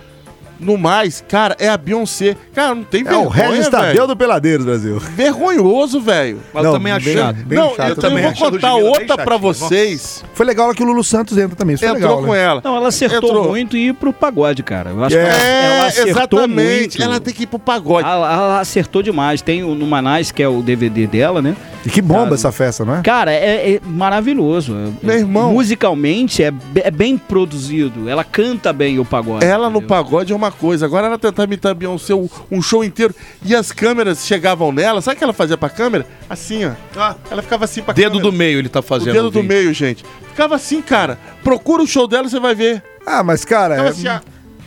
Speaker 3: No mais, cara, é a Beyoncé. Cara, não tem
Speaker 4: É o
Speaker 3: vergonha,
Speaker 4: Regis
Speaker 3: velho.
Speaker 4: Tadeu do Peladeiros, Brasil.
Speaker 3: Vergonhoso, velho.
Speaker 1: Mas eu
Speaker 6: é
Speaker 1: também acho
Speaker 4: bem,
Speaker 1: chato.
Speaker 4: Bem
Speaker 3: não,
Speaker 4: chato.
Speaker 1: também
Speaker 3: eu, também vou
Speaker 1: acho a
Speaker 3: contar
Speaker 1: Ludmilla bem
Speaker 3: outra pra
Speaker 1: chatinha, nossa.
Speaker 3: vocês.
Speaker 4: Foi legal a que o Lulu Santos entra também. Isso foi
Speaker 3: Entrou
Speaker 4: legal,
Speaker 3: É, com
Speaker 4: né?
Speaker 3: ela.
Speaker 6: Não, ela acertou
Speaker 3: Entrou.
Speaker 6: muito e ir pro pagode, cara. Eu acho
Speaker 4: É,
Speaker 6: que ela, ela
Speaker 3: É,
Speaker 6: acertou
Speaker 3: exatamente.
Speaker 6: muito.
Speaker 3: Ela tem que ir pro pagode.
Speaker 6: Ela, ela acertou demais. Tem o Numanais, que é o DVD dela, né?
Speaker 4: E que bomba
Speaker 6: Cara,
Speaker 4: essa festa, não é?
Speaker 6: Cara, é, é maravilhoso. É,
Speaker 3: Meu irmão.
Speaker 6: Musicalmente é, be- é bem produzido. Ela canta bem o pagode.
Speaker 3: Ela no
Speaker 6: entendeu?
Speaker 3: pagode é uma coisa, agora ela tentar imitar a Beyoncé um um show inteiro e as câmeras chegavam nela, sabe o que ela fazia pra câmera? Assim, ó. Ela ficava assim pra
Speaker 1: Dedo
Speaker 3: câmera.
Speaker 1: do meio ele tá fazendo.
Speaker 3: O dedo
Speaker 1: eu
Speaker 3: do
Speaker 1: vi.
Speaker 3: meio, gente. Ficava assim, cara. Procura o show dela e você vai ver.
Speaker 4: Ah, mas, cara,
Speaker 3: Ficava
Speaker 4: é-
Speaker 3: assim, ó.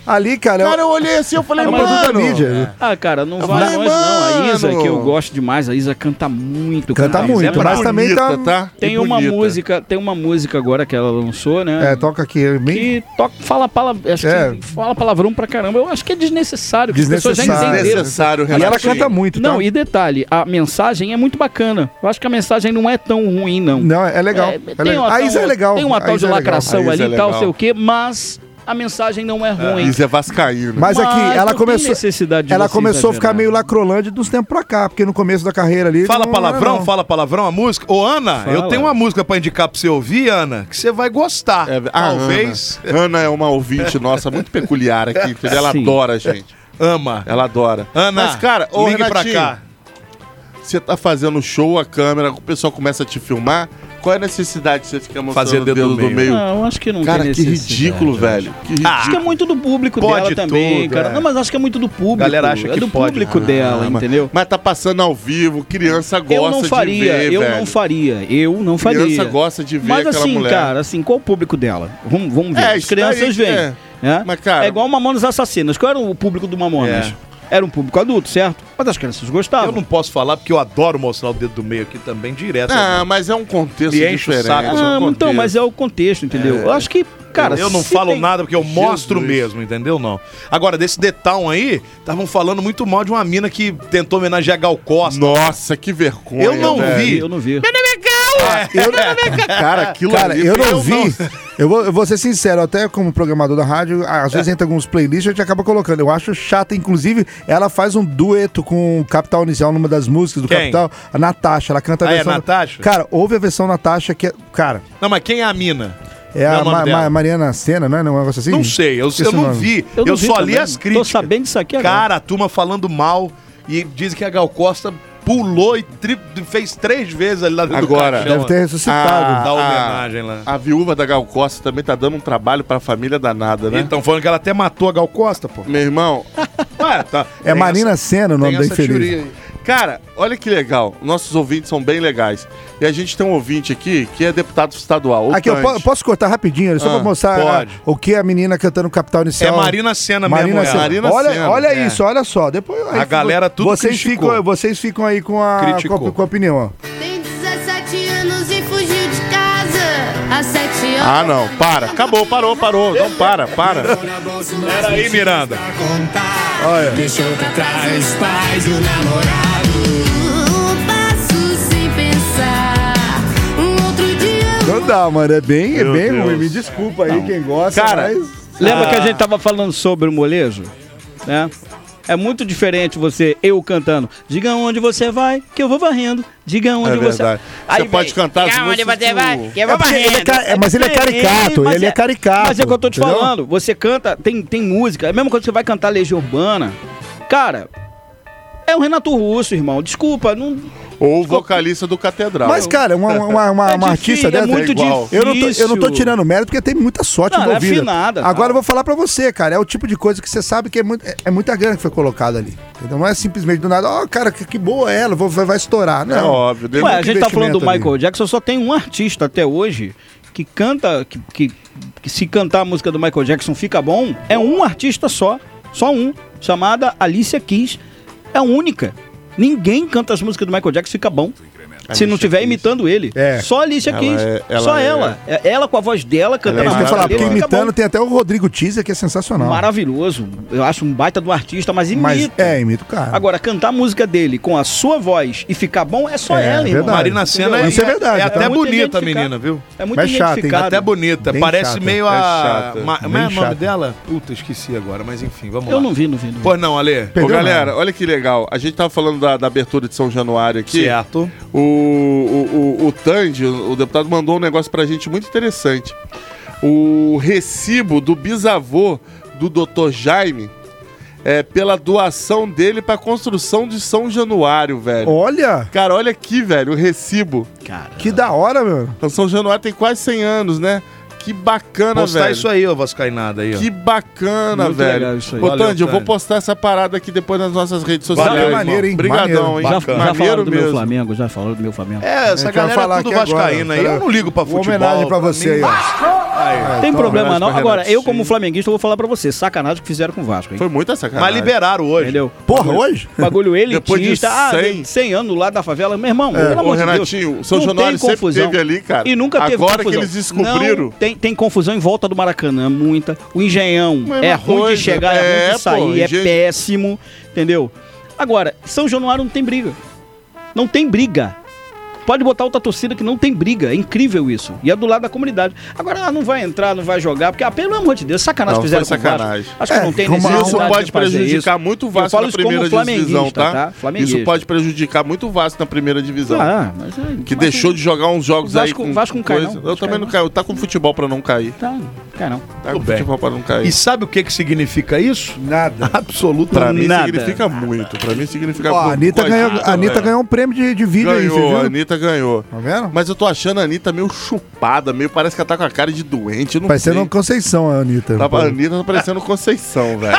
Speaker 4: ali, cara,
Speaker 3: Cara,
Speaker 4: é
Speaker 3: eu olhei assim, eu falei,
Speaker 4: o produto da
Speaker 3: mano.
Speaker 4: mídia. né?
Speaker 6: Ah, cara, não
Speaker 3: Eu
Speaker 6: vai
Speaker 3: falei,
Speaker 6: longe, não. A Isa,
Speaker 3: mano.
Speaker 6: que eu gosto demais, a Isa canta muito.
Speaker 4: Canta
Speaker 6: muito,
Speaker 4: muito,
Speaker 6: é
Speaker 4: mas
Speaker 6: brava.
Speaker 4: também tá-
Speaker 1: É
Speaker 3: tá?
Speaker 6: Tem
Speaker 3: E
Speaker 6: uma
Speaker 3: bonita.
Speaker 6: música, tem uma música agora que ela lançou, né?
Speaker 4: É, toca aqui. Bem...
Speaker 6: que toca, fala, pala, acho
Speaker 4: É.
Speaker 6: que fala palavrão pra caramba. Eu acho que é desnecessário, que as pessoas
Speaker 1: Ah,
Speaker 6: já
Speaker 1: é
Speaker 4: Desnecessário.
Speaker 6: entenderam.
Speaker 3: Desnecessário,
Speaker 4: E ela
Speaker 3: Renatinho.
Speaker 4: canta muito, tá?
Speaker 6: Não, e detalhe, a mensagem é muito bacana. Eu acho que a mensagem não é tão ruim, não.
Speaker 4: Não, é é legal.
Speaker 6: É,
Speaker 4: É,
Speaker 6: tem
Speaker 4: legal.
Speaker 6: uma
Speaker 4: a
Speaker 6: tal-
Speaker 4: Isa é legal.
Speaker 6: Tem uma
Speaker 4: a
Speaker 6: tal
Speaker 4: Isa
Speaker 6: de
Speaker 4: é legal.
Speaker 6: lacração
Speaker 3: A Isa
Speaker 6: ali
Speaker 3: é
Speaker 6: e tal,
Speaker 3: legal.
Speaker 6: sei o quê, mas a mensagem não é ruim.
Speaker 3: Isso é vascaíno.
Speaker 4: Mas aqui, ela
Speaker 6: não tem
Speaker 4: começou.
Speaker 6: necessidade de
Speaker 4: Ela
Speaker 6: você
Speaker 4: começou a ficar
Speaker 6: exagerar.
Speaker 4: meio lacrolândia dos tempos pra cá, porque no começo da carreira ali.
Speaker 1: Fala
Speaker 4: não era,
Speaker 1: palavrão,
Speaker 4: não.
Speaker 1: fala palavrão a música. Ô, Ana, eu
Speaker 6: Fala.
Speaker 1: tenho uma música pra indicar pra você ouvir, Ana, que você vai gostar.
Speaker 3: É, a
Speaker 1: Talvez.
Speaker 3: Ana. Ana é uma ouvinte nossa muito peculiar aqui, entendeu? Ela
Speaker 6: Sim.
Speaker 3: adora, gente.
Speaker 1: Ama.
Speaker 3: Ela adora.
Speaker 1: Ana,
Speaker 3: Mas, cara, ô,
Speaker 1: ligue
Speaker 3: Renatinho,
Speaker 1: pra cá.
Speaker 3: Você tá fazendo show, a câmera, o pessoal começa a te filmar. Qual é a necessidade de você ficar mostrando
Speaker 1: Fazer
Speaker 3: o
Speaker 1: dedo
Speaker 3: dedo,
Speaker 1: do
Speaker 3: do
Speaker 1: meio.
Speaker 3: meio?
Speaker 6: Não, acho que não
Speaker 3: cara,
Speaker 6: tem
Speaker 3: que
Speaker 6: necessidade,
Speaker 3: ridículo,
Speaker 6: eu
Speaker 3: velho. Ah, Que ridículo.
Speaker 6: Acho que é muito do público
Speaker 1: Pode
Speaker 6: dela também,
Speaker 1: tudo,
Speaker 6: cara.
Speaker 1: é.
Speaker 6: Não, mas acho que é muito do público.
Speaker 1: Galera acha
Speaker 6: é
Speaker 1: que
Speaker 6: do
Speaker 1: pode.
Speaker 6: público dela,
Speaker 3: mas-
Speaker 6: entendeu?
Speaker 3: Mas tá passando ao vivo, criança gosta
Speaker 6: Eu não faria,
Speaker 3: de ver,
Speaker 6: eu
Speaker 3: velho.
Speaker 6: não faria, eu não faria.
Speaker 3: Criança gosta de ver
Speaker 6: Mas
Speaker 3: aquela
Speaker 6: assim,
Speaker 3: mulher.
Speaker 6: cara, assim, qual o público dela? Vamos, vamos ver.
Speaker 3: É,
Speaker 6: As
Speaker 3: isso daí
Speaker 6: crianças
Speaker 3: que
Speaker 6: vêm.
Speaker 3: é.
Speaker 6: né?
Speaker 3: Mas, cara- É.
Speaker 6: É igual Mamonas Assassinas. Qual era o público do Mamonas? Era um público adulto, certo? Mas as crianças gostavam.
Speaker 1: Eu não posso falar porque eu adoro mostrar o dedo do meio aqui também direto.
Speaker 3: Ah, mas é um contexto
Speaker 1: E enche o
Speaker 3: diferente.
Speaker 1: saco,
Speaker 3: é um
Speaker 6: Ah, então,
Speaker 3: contexto.
Speaker 6: mas é o contexto, entendeu? Eu acho que, cara.
Speaker 1: eu não
Speaker 6: se
Speaker 1: falo
Speaker 6: tem-
Speaker 1: nada porque eu mostro
Speaker 3: Jesus.
Speaker 1: mesmo, entendeu? Não. Agora, desse detalhe aí, estavam falando muito mal de uma mina que tentou homenagear Gal Costa.
Speaker 3: Nossa, que vergonha.
Speaker 1: Eu não
Speaker 3: velho.
Speaker 1: vi.
Speaker 6: Eu não vi.
Speaker 4: Eu não, cara,
Speaker 3: aquilo ali-
Speaker 4: eu não
Speaker 3: eu
Speaker 4: vi. Eu vou, eu vou ser sincero, até como programador da rádio, às vezes entra alguns playlists e a gente acaba colocando. Eu acho chata, inclusive, ela faz um dueto com o Capital Inicial numa das músicas do
Speaker 1: Quem?
Speaker 4: Capital, a Natasha. Ela canta a
Speaker 1: Ah, é
Speaker 4: versão.
Speaker 1: Natasha?
Speaker 4: Cara, houve a versão Natasha que é. Cara,
Speaker 1: Não, mas quem é a mina?
Speaker 4: É
Speaker 1: Não é
Speaker 4: a
Speaker 1: o nome
Speaker 4: Ma-
Speaker 1: dela.
Speaker 4: Ma- Mariana Senna, não é? Um negócio assim?
Speaker 1: Não sei, eu,
Speaker 4: Esqueci
Speaker 1: eu
Speaker 4: o
Speaker 1: não
Speaker 4: nome.
Speaker 1: vi.
Speaker 6: Eu
Speaker 1: Eu,
Speaker 6: não vi
Speaker 1: só li
Speaker 6: também.
Speaker 1: as críticas.
Speaker 6: Tô sabendo disso aqui agora.
Speaker 1: Cara, a turma falando mal e dizem que a Gal Costa pulou e tri- fez três vezes ali lá dentro
Speaker 3: Agora,
Speaker 1: do caixão. Ah,
Speaker 4: Deve ter ressuscitado.
Speaker 1: Dá homenagem lá.
Speaker 3: A viúva da Gal Costa também tá dando um trabalho pra família danada, né?
Speaker 1: Então, falando que ela até matou a Gal Costa, pô.
Speaker 3: Meu irmão,
Speaker 1: Ué, tá.
Speaker 4: É Marina Senna o nome
Speaker 3: tem
Speaker 4: da
Speaker 3: essa
Speaker 4: infeliz.
Speaker 3: teoria aí. Cara, olha que legal. Nossos ouvintes são bem legais. E a gente tem um ouvinte aqui que é deputado estadual. o
Speaker 4: Aqui, eu po-
Speaker 3: Tante.
Speaker 4: posso cortar rapidinho, só
Speaker 3: Ah,
Speaker 4: pra mostrar
Speaker 1: pode.
Speaker 4: ah, o que a menina cantando Capital Inicial.
Speaker 1: É Marina Senna mesmo.
Speaker 4: Marina
Speaker 1: ela.
Speaker 4: Senna.
Speaker 3: Marina
Speaker 4: olha
Speaker 3: Senna,
Speaker 4: olha
Speaker 1: é.
Speaker 4: isso, olha só. Depois aí
Speaker 1: A galera tudo
Speaker 4: vocês
Speaker 1: criticou.
Speaker 4: ficam, vocês ficam aí com a,
Speaker 1: Criticou.
Speaker 4: com a- com a opinião. ó.
Speaker 12: Tem 17 anos e fugiu de casa há 7 anos.
Speaker 3: Ah, não. Para. Acabou, parou, parou. Não, para, para.
Speaker 1: Pera aí, Miranda.
Speaker 12: Um passo sem pensar. Um outro dia.
Speaker 4: Não dá, mano. É bem, é
Speaker 3: Meu
Speaker 4: bem
Speaker 3: Deus.
Speaker 4: ruim. Me desculpa aí quem gosta.
Speaker 3: Cara,
Speaker 4: mas-
Speaker 6: Lembra que a gente tava falando sobre o molejo? Né? É muito diferente você, eu cantando. Diga onde você vai, que eu vou varrendo. Diga onde
Speaker 3: É
Speaker 6: você
Speaker 3: verdade. Você pode cantar as músicas que o-
Speaker 6: eu
Speaker 4: É porque ele é ca- é, mas ele é caricato, ele é caricato,
Speaker 6: Mas é o que eu tô te
Speaker 4: entendeu?
Speaker 6: falando. Você canta, tem, tem música. É a mesma coisa que você vai cantar Legião Urbana. Cara, é o Renato Russo, irmão. Desculpa, não.
Speaker 3: Ou o vocalista do Catedral.
Speaker 4: Tipo, Mas, cara, uma, uma, uma,
Speaker 6: É
Speaker 4: uma Ah, um artista
Speaker 6: difícil, é
Speaker 4: dessa.
Speaker 6: muito
Speaker 3: igual.
Speaker 4: Eu não, tô, eu não tô
Speaker 6: difícil.
Speaker 4: tirando mérito porque tem muita sorte
Speaker 6: Não, ela é
Speaker 4: envolvida.
Speaker 6: afinada, tá.
Speaker 4: Agora eu vou falar pra você, cara. É o tipo de coisa que você sabe que é, muito, é, é muita grana que foi colocada ali. Entendeu? Não é simplesmente do nada, ó, cara, que, que boa ela, vou- vai, vai estourar. Não.
Speaker 3: É óbvio.
Speaker 4: Tem
Speaker 3: Deve...
Speaker 6: Ué, a
Speaker 4: muito
Speaker 6: gente tá falando do
Speaker 4: investimento ali.
Speaker 6: Michael Jackson, só tem um artista até hoje que canta, que, que- que se cantar a música do Michael Jackson fica bom, é um artista só, só um, chamada Alicia Keys, é a única. Ninguém canta as músicas do Michael Jackson fica bom. Se não tiver imitando ele.
Speaker 4: É.
Speaker 6: Só Alicia
Speaker 3: Ela
Speaker 6: Keys.
Speaker 3: é- ela
Speaker 6: só
Speaker 3: é-
Speaker 6: ela. É- Ela com a voz dela
Speaker 4: É
Speaker 6: cantando
Speaker 4: isso que
Speaker 6: a
Speaker 4: eu ia
Speaker 6: música
Speaker 4: falar, porque
Speaker 6: dele, fica bom.
Speaker 4: imitando tem até o Rodrigo Teaser, que é sensacional.
Speaker 6: Maravilhoso. Eu acho um baita do artista, mas imita.
Speaker 4: Mas é, imito, cara.
Speaker 6: Agora, cantar a música dele com a sua voz e ficar bom é só
Speaker 4: É,
Speaker 6: ela, irmão.
Speaker 4: verdade.
Speaker 1: Marina Senna é,
Speaker 4: Isso é verdade,
Speaker 1: é
Speaker 4: tá?
Speaker 1: até
Speaker 6: É muito
Speaker 1: bonita a
Speaker 6: identificado.
Speaker 1: menina, viu?
Speaker 6: É muito
Speaker 4: Mas chata, hein?
Speaker 6: identificado.
Speaker 1: Até bonita.
Speaker 4: Bem
Speaker 1: Parece
Speaker 4: chata.
Speaker 1: meio
Speaker 3: É
Speaker 1: a.
Speaker 3: chata.
Speaker 1: Ma- Como é o
Speaker 4: Bem
Speaker 1: nome
Speaker 4: chata.
Speaker 1: dela? Puta, esqueci agora, mas enfim, vamos lá.
Speaker 6: Eu não vi, não vi. Não vi.
Speaker 1: Pois não, Ale.
Speaker 3: Ô,
Speaker 4: Perdeu
Speaker 3: galera, olha que legal. A gente tava falando da, da abertura de São Januário aqui.
Speaker 1: Certo.
Speaker 3: O, o, o, o Tandy, o deputado, mandou um negócio pra gente muito interessante. O recibo do bisavô do Dr. Jaime é pela doação dele pra construção de São Januário, velho.
Speaker 4: Olha,
Speaker 3: Cara, olha aqui, velho, o recibo.
Speaker 6: Cara.
Speaker 4: que da hora, mano.
Speaker 3: Então, São Januário tem quase 100 anos, né? Que bacana,
Speaker 1: Postar
Speaker 3: velho.
Speaker 1: isso aí, ô Vascainada aí, ó.
Speaker 3: Que bacana,
Speaker 6: Muito
Speaker 3: velho.
Speaker 6: legal isso aí.
Speaker 3: Ô,
Speaker 1: Valeu,
Speaker 3: Tandy, eu vou
Speaker 1: Tandy.
Speaker 3: postar essa parada aqui depois nas nossas redes
Speaker 1: Valeu,
Speaker 3: sociais.
Speaker 1: irmão.
Speaker 4: Maneiro, hein?
Speaker 3: Obrigadão, hein?
Speaker 6: Já, já
Speaker 3: Maneiro
Speaker 6: falaram do meu
Speaker 3: mesmo.
Speaker 6: Flamengo, já falaram do meu Flamengo.
Speaker 1: É,
Speaker 4: gente
Speaker 1: essa
Speaker 4: vai
Speaker 1: galera
Speaker 4: falar
Speaker 1: é tudo
Speaker 4: aqui agora,
Speaker 1: vascaína aí.
Speaker 4: pera-
Speaker 1: Eu não ligo pra
Speaker 4: Uma
Speaker 1: futebol.
Speaker 4: homenagem pra você aí,
Speaker 1: mim-
Speaker 4: ó.
Speaker 6: Tem
Speaker 4: então,
Speaker 6: problema
Speaker 3: homenagem
Speaker 6: não.
Speaker 3: pra
Speaker 6: Agora,
Speaker 3: Renato,
Speaker 6: eu como
Speaker 3: sim.
Speaker 6: flamenguista eu vou falar pra você, sacanagem que fizeram com o Vasco, hein?
Speaker 3: Foi muita sacanagem.
Speaker 1: Mas liberaram hoje.
Speaker 6: Entendeu?
Speaker 4: Porra, hoje?
Speaker 6: Bagulho
Speaker 3: Depois de
Speaker 6: elitista, ah,
Speaker 3: 100.
Speaker 6: 100 anos lá da favela, meu irmão, pelo
Speaker 3: Ô,
Speaker 6: amor de Deus.
Speaker 3: Renatinho, o São
Speaker 6: não
Speaker 3: Januário
Speaker 6: tem
Speaker 3: sempre
Speaker 6: confusão.
Speaker 3: teve ali, cara.
Speaker 6: E nunca teve
Speaker 3: Agora que
Speaker 6: confusão.
Speaker 3: eles descobriram-
Speaker 6: Não, tem, tem confusão em volta do Maracanã, muita. O Engenhão
Speaker 3: Mesma
Speaker 6: é ruim
Speaker 3: coisa.
Speaker 6: de chegar, é,
Speaker 3: É,
Speaker 6: ruim
Speaker 3: pô,
Speaker 6: de sair, é
Speaker 3: engen-
Speaker 6: péssimo, entendeu? Agora, São Januário não tem briga. Não tem briga. Pode botar outra torcida que não tem briga. É incrível isso. E é do lado da comunidade. Agora, ah, não vai entrar, não vai jogar, porque, ah, pelo amor de Deus, sacanagem
Speaker 3: Não,
Speaker 6: que fizeram
Speaker 3: foi
Speaker 6: com o Vasco.
Speaker 3: sacanagem.
Speaker 6: Acho que
Speaker 4: É,
Speaker 6: não tem
Speaker 4: como
Speaker 6: necessidade
Speaker 3: Isso pode
Speaker 6: de fazer
Speaker 3: prejudicar
Speaker 6: isso.
Speaker 3: muito o
Speaker 6: Eu
Speaker 3: Vasco
Speaker 6: falo
Speaker 3: na
Speaker 6: isso como
Speaker 3: primeira
Speaker 6: flamenguista,
Speaker 3: divisão, tá?
Speaker 6: tá? Flamenguista.
Speaker 3: Isso pode prejudicar muito o Vasco na primeira divisão.
Speaker 6: Ah, mas é-
Speaker 3: Que
Speaker 6: mas
Speaker 3: deixou
Speaker 6: é-
Speaker 3: de jogar uns jogos
Speaker 6: o Vasco-
Speaker 3: aí.
Speaker 6: o Vasco não cai, não.
Speaker 3: Eu
Speaker 6: O Vasco
Speaker 3: também
Speaker 6: cai,
Speaker 3: não caio. Tá com futebol pra não cair.
Speaker 6: Tá, cai não.
Speaker 3: Tá com
Speaker 1: Tudo bem.
Speaker 3: futebol pra não cair.
Speaker 1: E sabe o que, que significa isso?
Speaker 4: Nada.
Speaker 1: Absolutamente.
Speaker 3: Pra mim
Speaker 6: Nada.
Speaker 3: significa é muito. Pra mim significa
Speaker 4: Ó, a Anitta,
Speaker 3: coisa,
Speaker 4: ganhou, a Anitta
Speaker 3: velho.
Speaker 4: ganhou um prêmio de, de vídeo aí, você
Speaker 3: Ganhou,
Speaker 4: viu?
Speaker 3: a Anitta ganhou.
Speaker 4: Tá vendo?
Speaker 3: Mas eu tô achando a Anitta meio chupada, meio parece que ela tá com a cara de doente. eu Não sei.
Speaker 4: Parecendo
Speaker 1: um
Speaker 4: uma Conceição, a Anitta.
Speaker 3: Tá, a Anitta tá parecendo Conceição, velho.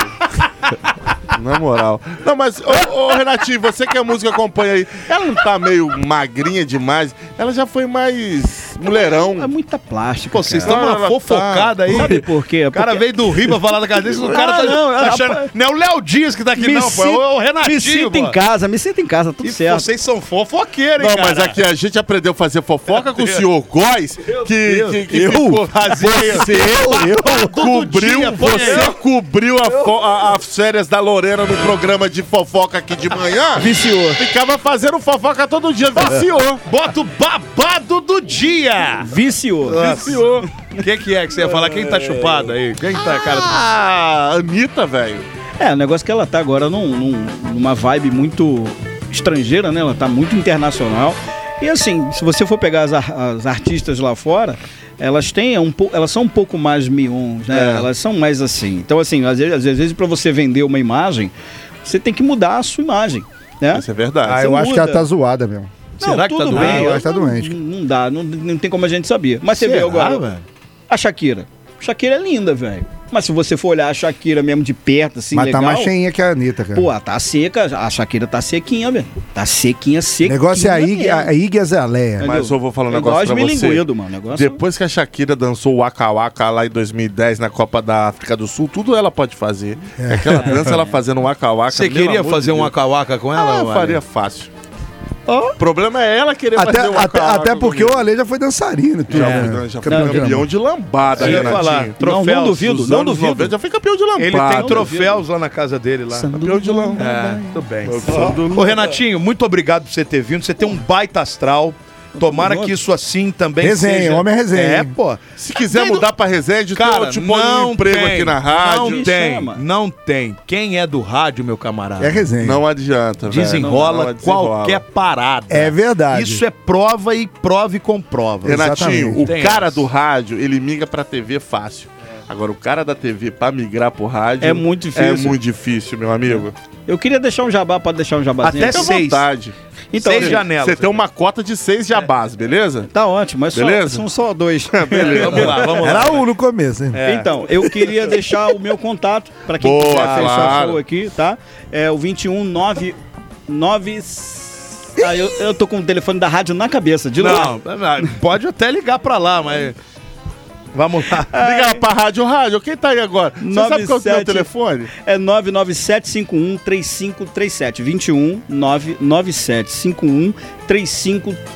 Speaker 3: Na moral. Não, mas, ô, ô, Renatinho, você que a música acompanha aí, ela não tá meio magrinha demais? Ela já foi mais
Speaker 6: É
Speaker 3: mulherão.
Speaker 6: muita plástica.
Speaker 1: Pô, vocês
Speaker 3: cara.
Speaker 1: estão uma
Speaker 3: Ela
Speaker 1: fofocada aí.
Speaker 6: Sabe por quê?
Speaker 1: O cara
Speaker 6: Porque-
Speaker 1: veio do Rio pra falar da cadeia, o cara
Speaker 6: Ah,
Speaker 1: tá,
Speaker 6: não,
Speaker 1: tá
Speaker 6: rapaz.
Speaker 1: achando. Não é o Léo Dias que tá aqui,
Speaker 6: Me
Speaker 1: não, pô. É
Speaker 6: sinto-
Speaker 1: o- É o Renatinho.
Speaker 6: Me sinta
Speaker 1: pô.
Speaker 6: em casa, me sinta em casa, tudo
Speaker 1: E
Speaker 6: certo.
Speaker 1: vocês são fofoqueiros, hein,
Speaker 3: Não,
Speaker 1: cara?
Speaker 3: mas aqui a gente aprendeu a fazer fofoca com o senhor Góes, que, que, que ficou- Você, cobriu,
Speaker 1: dia, foi
Speaker 3: você
Speaker 1: eu.
Speaker 3: cobriu a fo- a- as férias da Lorena no programa de fofoca aqui de manhã.
Speaker 6: Viciou.
Speaker 3: Ficava fazendo fofoca todo dia, viciou.
Speaker 1: Bota o babado do dia!
Speaker 6: Viciou.
Speaker 1: Viciou. O que, que é que você ia falar? Quem tá chupado aí? Quem tá, cara?
Speaker 3: Ah, Anitta, velho.
Speaker 6: É, o negócio que ela tá agora num, num- numa vibe muito estrangeira, né? Ela tá muito internacional. E assim, se você for pegar as, ar- as artistas lá fora, elas têm um pouco, elas são um pouco mais mions,
Speaker 5: É.
Speaker 6: né? Elas são mais assim. Então assim, às vezes, às vezes para você vender uma imagem, você tem que mudar a sua imagem, né?
Speaker 3: Isso é verdade.
Speaker 4: Ah,
Speaker 6: Você
Speaker 4: eu acho que
Speaker 6: muda.
Speaker 4: ela tá zoada mesmo.
Speaker 6: Não,
Speaker 5: Será que tá
Speaker 6: tudo
Speaker 5: doente?
Speaker 6: bem,
Speaker 4: Ah, eu acho que tá
Speaker 6: não-
Speaker 4: doente.
Speaker 6: Não, dá, não, não tem como a gente saber. Mas você vê agora a Shakira. Shakira é linda, velho. Mas se você for olhar a Shakira mesmo de perto, assim,
Speaker 4: Mas
Speaker 6: legal...
Speaker 4: tá mais cheinha que a Anitta, cara.
Speaker 6: Pô, tá seca, a Shakira tá sequinha, velho. Tá sequinha,
Speaker 4: o
Speaker 6: sequinha.
Speaker 4: negócio é a Ig,
Speaker 6: mesmo. É
Speaker 4: a, a Iggy Azalea.
Speaker 3: Mas eu vou falar um
Speaker 6: Eu
Speaker 3: negócio
Speaker 6: gosto
Speaker 3: pra
Speaker 6: de
Speaker 3: você.
Speaker 6: milinguido, mano, negócio-
Speaker 3: Depois que a Shakira dançou o Waka Waka lá em 2010 na Copa da África do Sul, tudo ela pode fazer. Aquela dança, ela fazendo um Waka Waka.
Speaker 5: Você
Speaker 3: meu
Speaker 5: queria
Speaker 3: amor
Speaker 5: fazer
Speaker 3: de
Speaker 5: um
Speaker 3: Deus.
Speaker 5: acawaca com ela?
Speaker 3: Ah,
Speaker 5: Wagner?
Speaker 3: faria fácil. O problema é ela querer
Speaker 4: Até,
Speaker 3: fazer um
Speaker 4: até,
Speaker 3: Waka Waka
Speaker 4: até porque o
Speaker 3: comigo.
Speaker 4: Ale já foi dançarino. e tudo,
Speaker 3: Já,
Speaker 4: né?
Speaker 3: foi- já foi
Speaker 4: Campeão de
Speaker 3: campeão
Speaker 4: lambada.
Speaker 3: de lambada,
Speaker 5: Eu ia
Speaker 3: Renatinho.
Speaker 5: falar,
Speaker 6: Não,
Speaker 5: troféus
Speaker 6: não duvido,
Speaker 3: Dos
Speaker 6: não
Speaker 3: anos
Speaker 6: duvido.
Speaker 3: 90, já foi campeão de lambada.
Speaker 5: Ele tem troféus lá na casa dele, lá.
Speaker 3: Campeão de É, lambada.
Speaker 5: Muito bem.
Speaker 3: Sandro
Speaker 5: Ô, Renatinho, muito obrigado por você ter vindo. Você tem um baita astral. Tomara que isso assim também
Speaker 4: Resenha,
Speaker 5: seja.
Speaker 4: homem é resenha.
Speaker 5: É, pô.
Speaker 3: Se quiser mudar pra Resende,
Speaker 5: Cara,
Speaker 3: te põe
Speaker 5: não
Speaker 3: um emprego
Speaker 5: tem,
Speaker 3: aqui na rádio.
Speaker 5: Não
Speaker 6: Me
Speaker 5: tem,
Speaker 6: chama.
Speaker 5: não tem. Quem é do rádio, meu camarada?
Speaker 4: É resenha.
Speaker 3: Não adianta, velho.
Speaker 5: Desenrola
Speaker 3: É, Não, não desenrola.
Speaker 5: qualquer parada.
Speaker 4: É verdade.
Speaker 5: Isso é prova e prova e comprova.
Speaker 3: Renatinho, o
Speaker 5: Tem
Speaker 3: cara
Speaker 5: essa.
Speaker 3: do rádio, ele migra pra TV fácil. Agora, o cara da TV pra migrar pro rádio...
Speaker 6: É muito difícil.
Speaker 3: É muito difícil, meu amigo.
Speaker 6: Eu queria deixar um jabá pra deixar um jabazinho.
Speaker 5: Até
Speaker 6: aqui.
Speaker 3: Fica à
Speaker 5: seis.
Speaker 3: vontade.
Speaker 6: Então,
Speaker 5: seis
Speaker 6: gente,
Speaker 5: janelas.
Speaker 3: Você tem uma cota de seis jabás, beleza?
Speaker 6: Tá ótimo, mas só-
Speaker 3: Beleza?
Speaker 6: são só dois.
Speaker 3: Beleza.
Speaker 5: Vamos lá, vamos lá.
Speaker 4: Era
Speaker 3: né?
Speaker 4: um no começo, hein?
Speaker 6: Então, eu queria deixar o meu contato para quem
Speaker 3: É. Boa,
Speaker 6: quiser fechar
Speaker 3: claro.
Speaker 6: show aqui, tá? É o 21999. Ah, eu, eu tô com o telefone da rádio na cabeça, de novo.
Speaker 5: Não, pode até ligar pra lá, mas. Vamos lá.
Speaker 3: Liga pra rádio, rádio. Quem tá aí agora? Você sabe qual é o meu
Speaker 6: 97.
Speaker 3: telefone?
Speaker 6: É 997513537. 21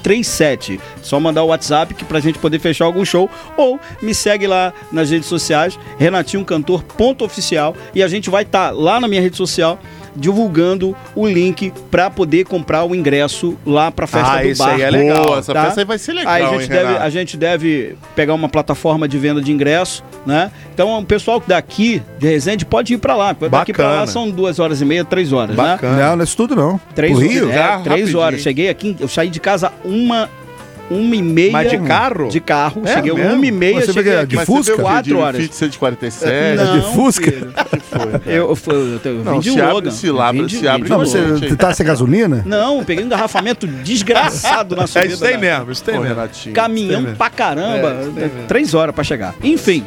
Speaker 6: 997513537. Só mandar o WhatsApp que pra gente poder fechar algum show. Ou me segue lá nas redes sociais, renatinhocantor.oficial. E a gente vai estar lá na minha rede social divulgando o link pra poder comprar o ingresso lá pra festa
Speaker 5: Ah,
Speaker 6: do
Speaker 5: isso
Speaker 6: bar.
Speaker 5: aí é legal.
Speaker 3: Boa, essa festa aí vai ser legal,
Speaker 6: tá? Aí a
Speaker 3: hein,
Speaker 6: gente, deve,
Speaker 3: Renato?
Speaker 6: a gente deve pegar uma plataforma de venda de ingresso, né? Então, o pessoal daqui de Resende pode ir pra lá. Daqui pra
Speaker 5: Bacana.
Speaker 6: lá são duas horas e meia, três horas, né?
Speaker 5: Bacana.
Speaker 4: Não, não é isso tudo não.
Speaker 6: Três
Speaker 4: Pro
Speaker 6: horas-
Speaker 4: Rio?
Speaker 6: é,
Speaker 3: já,
Speaker 6: três
Speaker 3: rapidinho.
Speaker 6: horas. Cheguei aqui, eu saí de casa uma, uma e meia.
Speaker 5: Mas de carro?
Speaker 6: De carro.
Speaker 5: É
Speaker 6: cheguei
Speaker 5: mesmo?
Speaker 6: uma e meia,
Speaker 4: Você
Speaker 6: cheguei
Speaker 4: pega
Speaker 6: aqui
Speaker 4: de
Speaker 3: Mas
Speaker 4: Fusca?
Speaker 3: você deu o quê?
Speaker 6: quatro
Speaker 3: de
Speaker 6: horas.
Speaker 3: Fusca de 47?
Speaker 6: Não,
Speaker 4: de Fusca?
Speaker 6: filho.
Speaker 3: que foi?
Speaker 6: Eu, eu, eu, eu
Speaker 3: Não,
Speaker 6: vim de
Speaker 3: se abre-
Speaker 6: Logan.
Speaker 3: se lá-
Speaker 6: Eu vim de-
Speaker 3: se abre
Speaker 6: vim de
Speaker 4: Não,
Speaker 3: Vamos.
Speaker 6: Logan.
Speaker 4: você tá sem gasolina?
Speaker 6: Não, peguei um engarrafamento desgraçado na
Speaker 5: É
Speaker 6: subida.
Speaker 5: isso aí
Speaker 6: da-
Speaker 5: mesmo, isso aí
Speaker 3: Ô,
Speaker 5: mesmo.
Speaker 3: Renatinho.
Speaker 6: caminhão pra caramba,
Speaker 3: É,
Speaker 6: É, três horas pra chegar. Enfim,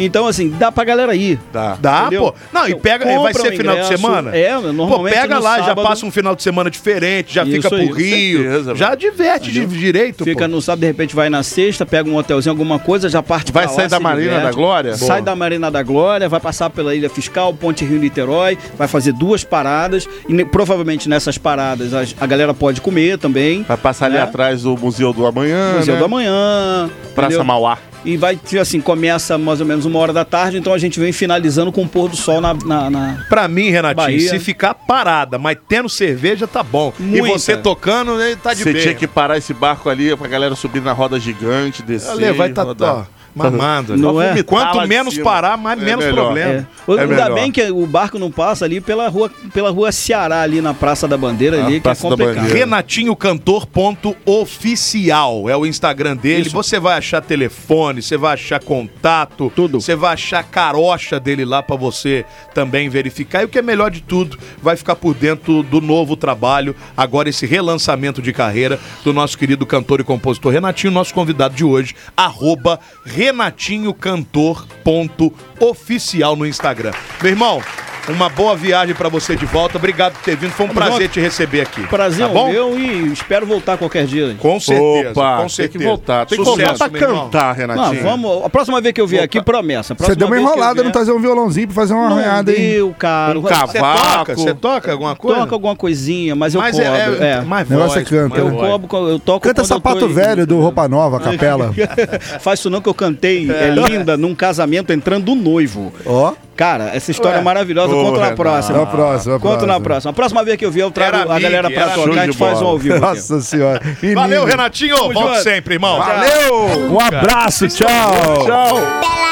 Speaker 6: então assim, dá pra galera ir.
Speaker 3: Dá.
Speaker 5: Dá,
Speaker 6: Entendeu?
Speaker 5: pô. Não, e
Speaker 6: Então,
Speaker 5: pega. e vai
Speaker 6: compra
Speaker 5: ser
Speaker 6: o
Speaker 5: final de
Speaker 6: ingresso,
Speaker 5: semana?
Speaker 6: é, normalmente
Speaker 5: Pô, pega
Speaker 6: no
Speaker 5: lá, já
Speaker 6: sábado-
Speaker 5: passa um final de semana diferente, já
Speaker 6: Isso
Speaker 5: fica pro
Speaker 6: aí,
Speaker 5: Rio.
Speaker 3: certeza,
Speaker 5: já
Speaker 3: mano.
Speaker 5: diverte de direito,
Speaker 6: Fica
Speaker 5: pô.
Speaker 6: no sábado, de repente vai na sexta, pega um hotelzinho, alguma coisa, já parte
Speaker 3: Vai
Speaker 6: pra
Speaker 3: sair
Speaker 6: lá,
Speaker 3: da
Speaker 6: se
Speaker 3: Marina da Glória?
Speaker 6: Sai
Speaker 3: Boa.
Speaker 6: da Marina da Glória, vai passar pela Ilha Fiscal, Ponte Rio-Niterói, vai fazer duas paradas. E ne- provavelmente nessas paradas as- a, galera pode comer também.
Speaker 3: Vai passar ali
Speaker 5: Né?
Speaker 6: É.
Speaker 3: atrás do Museu do Amanhã,
Speaker 6: Museu
Speaker 3: Tá né?
Speaker 6: do Amanhã.
Speaker 3: Praça
Speaker 6: entendeu?
Speaker 3: Mauá.
Speaker 6: E vai, tipo assim, começa mais ou menos uma hora da tarde, então a gente vem finalizando com o pôr do sol na- na- na,
Speaker 5: Pra mim, Renatinho,
Speaker 6: Bahia.
Speaker 5: se ficar parada, mas tendo cerveja, tá bom. E
Speaker 6: Muita.
Speaker 5: você tocando, né, tá de
Speaker 3: Você
Speaker 5: bem.
Speaker 3: tinha que parar esse barco ali pra galera subir na roda gigante, descer.
Speaker 5: Ale, vai tá,
Speaker 3: rodar.
Speaker 5: ó, mamando.
Speaker 6: Não
Speaker 5: Só
Speaker 6: é?
Speaker 5: vomitar
Speaker 3: lá
Speaker 5: Quanto
Speaker 3: de
Speaker 5: menos
Speaker 3: cima.
Speaker 5: parar, mais
Speaker 3: É
Speaker 5: menos
Speaker 3: melhor.
Speaker 5: problema.
Speaker 6: É. O-
Speaker 3: É
Speaker 6: Ainda
Speaker 3: melhor.
Speaker 6: bem que o barco não passa ali pela rua, pela rua Ceará, ali na Praça da Bandeira,
Speaker 3: Ah,
Speaker 6: ali, que é
Speaker 3: Praça da
Speaker 6: complicado.
Speaker 3: Bandeira.
Speaker 5: Renatinho Cantor ponto oficial é o Instagram dele. Você vai achar telefone, você vai achar contato,
Speaker 6: Tudo.
Speaker 5: Você vai achar carocha dele lá pra você também verificar. E o que é melhor de tudo, vai ficar por dentro do novo trabalho, agora esse relançamento de carreira do nosso querido cantor e compositor Renatinho, nosso convidado de hoje, arroba renatinhocantor ponto oficial no Instagram. Meu irmão, uma boa viagem pra você de volta. Obrigado por ter vindo. Foi um
Speaker 6: Tamo
Speaker 5: prazer
Speaker 6: junto.
Speaker 5: te receber aqui.
Speaker 6: Prazer
Speaker 5: tá
Speaker 6: é
Speaker 5: bom?
Speaker 6: meu e espero voltar qualquer dia.
Speaker 5: Com certeza,
Speaker 3: Opa,
Speaker 5: com
Speaker 3: tem
Speaker 5: certeza.
Speaker 3: que voltar. Tem que
Speaker 5: Sucesso,
Speaker 3: voltar pra
Speaker 5: meu irmão.
Speaker 3: cantar,
Speaker 6: Não,
Speaker 3: Renatinho.
Speaker 6: vamos, a próxima vez que eu vier aqui, promessa.
Speaker 4: Você
Speaker 6: a próxima
Speaker 4: deu uma
Speaker 6: vez que eu
Speaker 4: enrolada,
Speaker 6: vier-
Speaker 4: não trazer um violãozinho pra fazer uma
Speaker 6: Não
Speaker 4: arranhada aí.
Speaker 6: deu, cara.
Speaker 3: Um
Speaker 5: Você
Speaker 3: cavaco.
Speaker 5: toca? Você toca alguma coisa?
Speaker 6: Toca alguma coisinha, mas eu
Speaker 5: Mas é,
Speaker 6: cobro.
Speaker 5: é,
Speaker 6: é.
Speaker 5: mais
Speaker 4: O negócio é canta,
Speaker 5: mais
Speaker 6: Eu
Speaker 4: né?
Speaker 5: voz.
Speaker 6: cobro, eu toco
Speaker 4: Canta
Speaker 6: quando eu tô
Speaker 4: Sapato
Speaker 6: em-
Speaker 4: Velho do Roupa Nova, a capela.
Speaker 6: Faz isso não que eu cantei, é, linda, num casamento entrando o noivo.
Speaker 4: Ó.
Speaker 6: Cara, essa história
Speaker 5: Ué.
Speaker 6: é maravilhosa,
Speaker 3: Ô,
Speaker 6: eu conto na
Speaker 3: Renato.
Speaker 6: próxima.
Speaker 4: Na próxima, na
Speaker 6: Conto na
Speaker 4: próxima.
Speaker 6: próxima. A próxima vez que eu vier, eu trago
Speaker 5: Era
Speaker 6: a
Speaker 5: amigo,
Speaker 6: galera pra
Speaker 5: era
Speaker 6: tocar, a
Speaker 3: show
Speaker 6: gente
Speaker 3: de
Speaker 6: faz um
Speaker 3: bola.
Speaker 6: ao vivo. aqui.
Speaker 4: Nossa senhora.
Speaker 5: Valeu,
Speaker 4: Menino.
Speaker 5: Renatinho. Volte sempre, irmão.
Speaker 4: Valeu! Um abraço, tchau!
Speaker 3: Tchau.
Speaker 12: Pela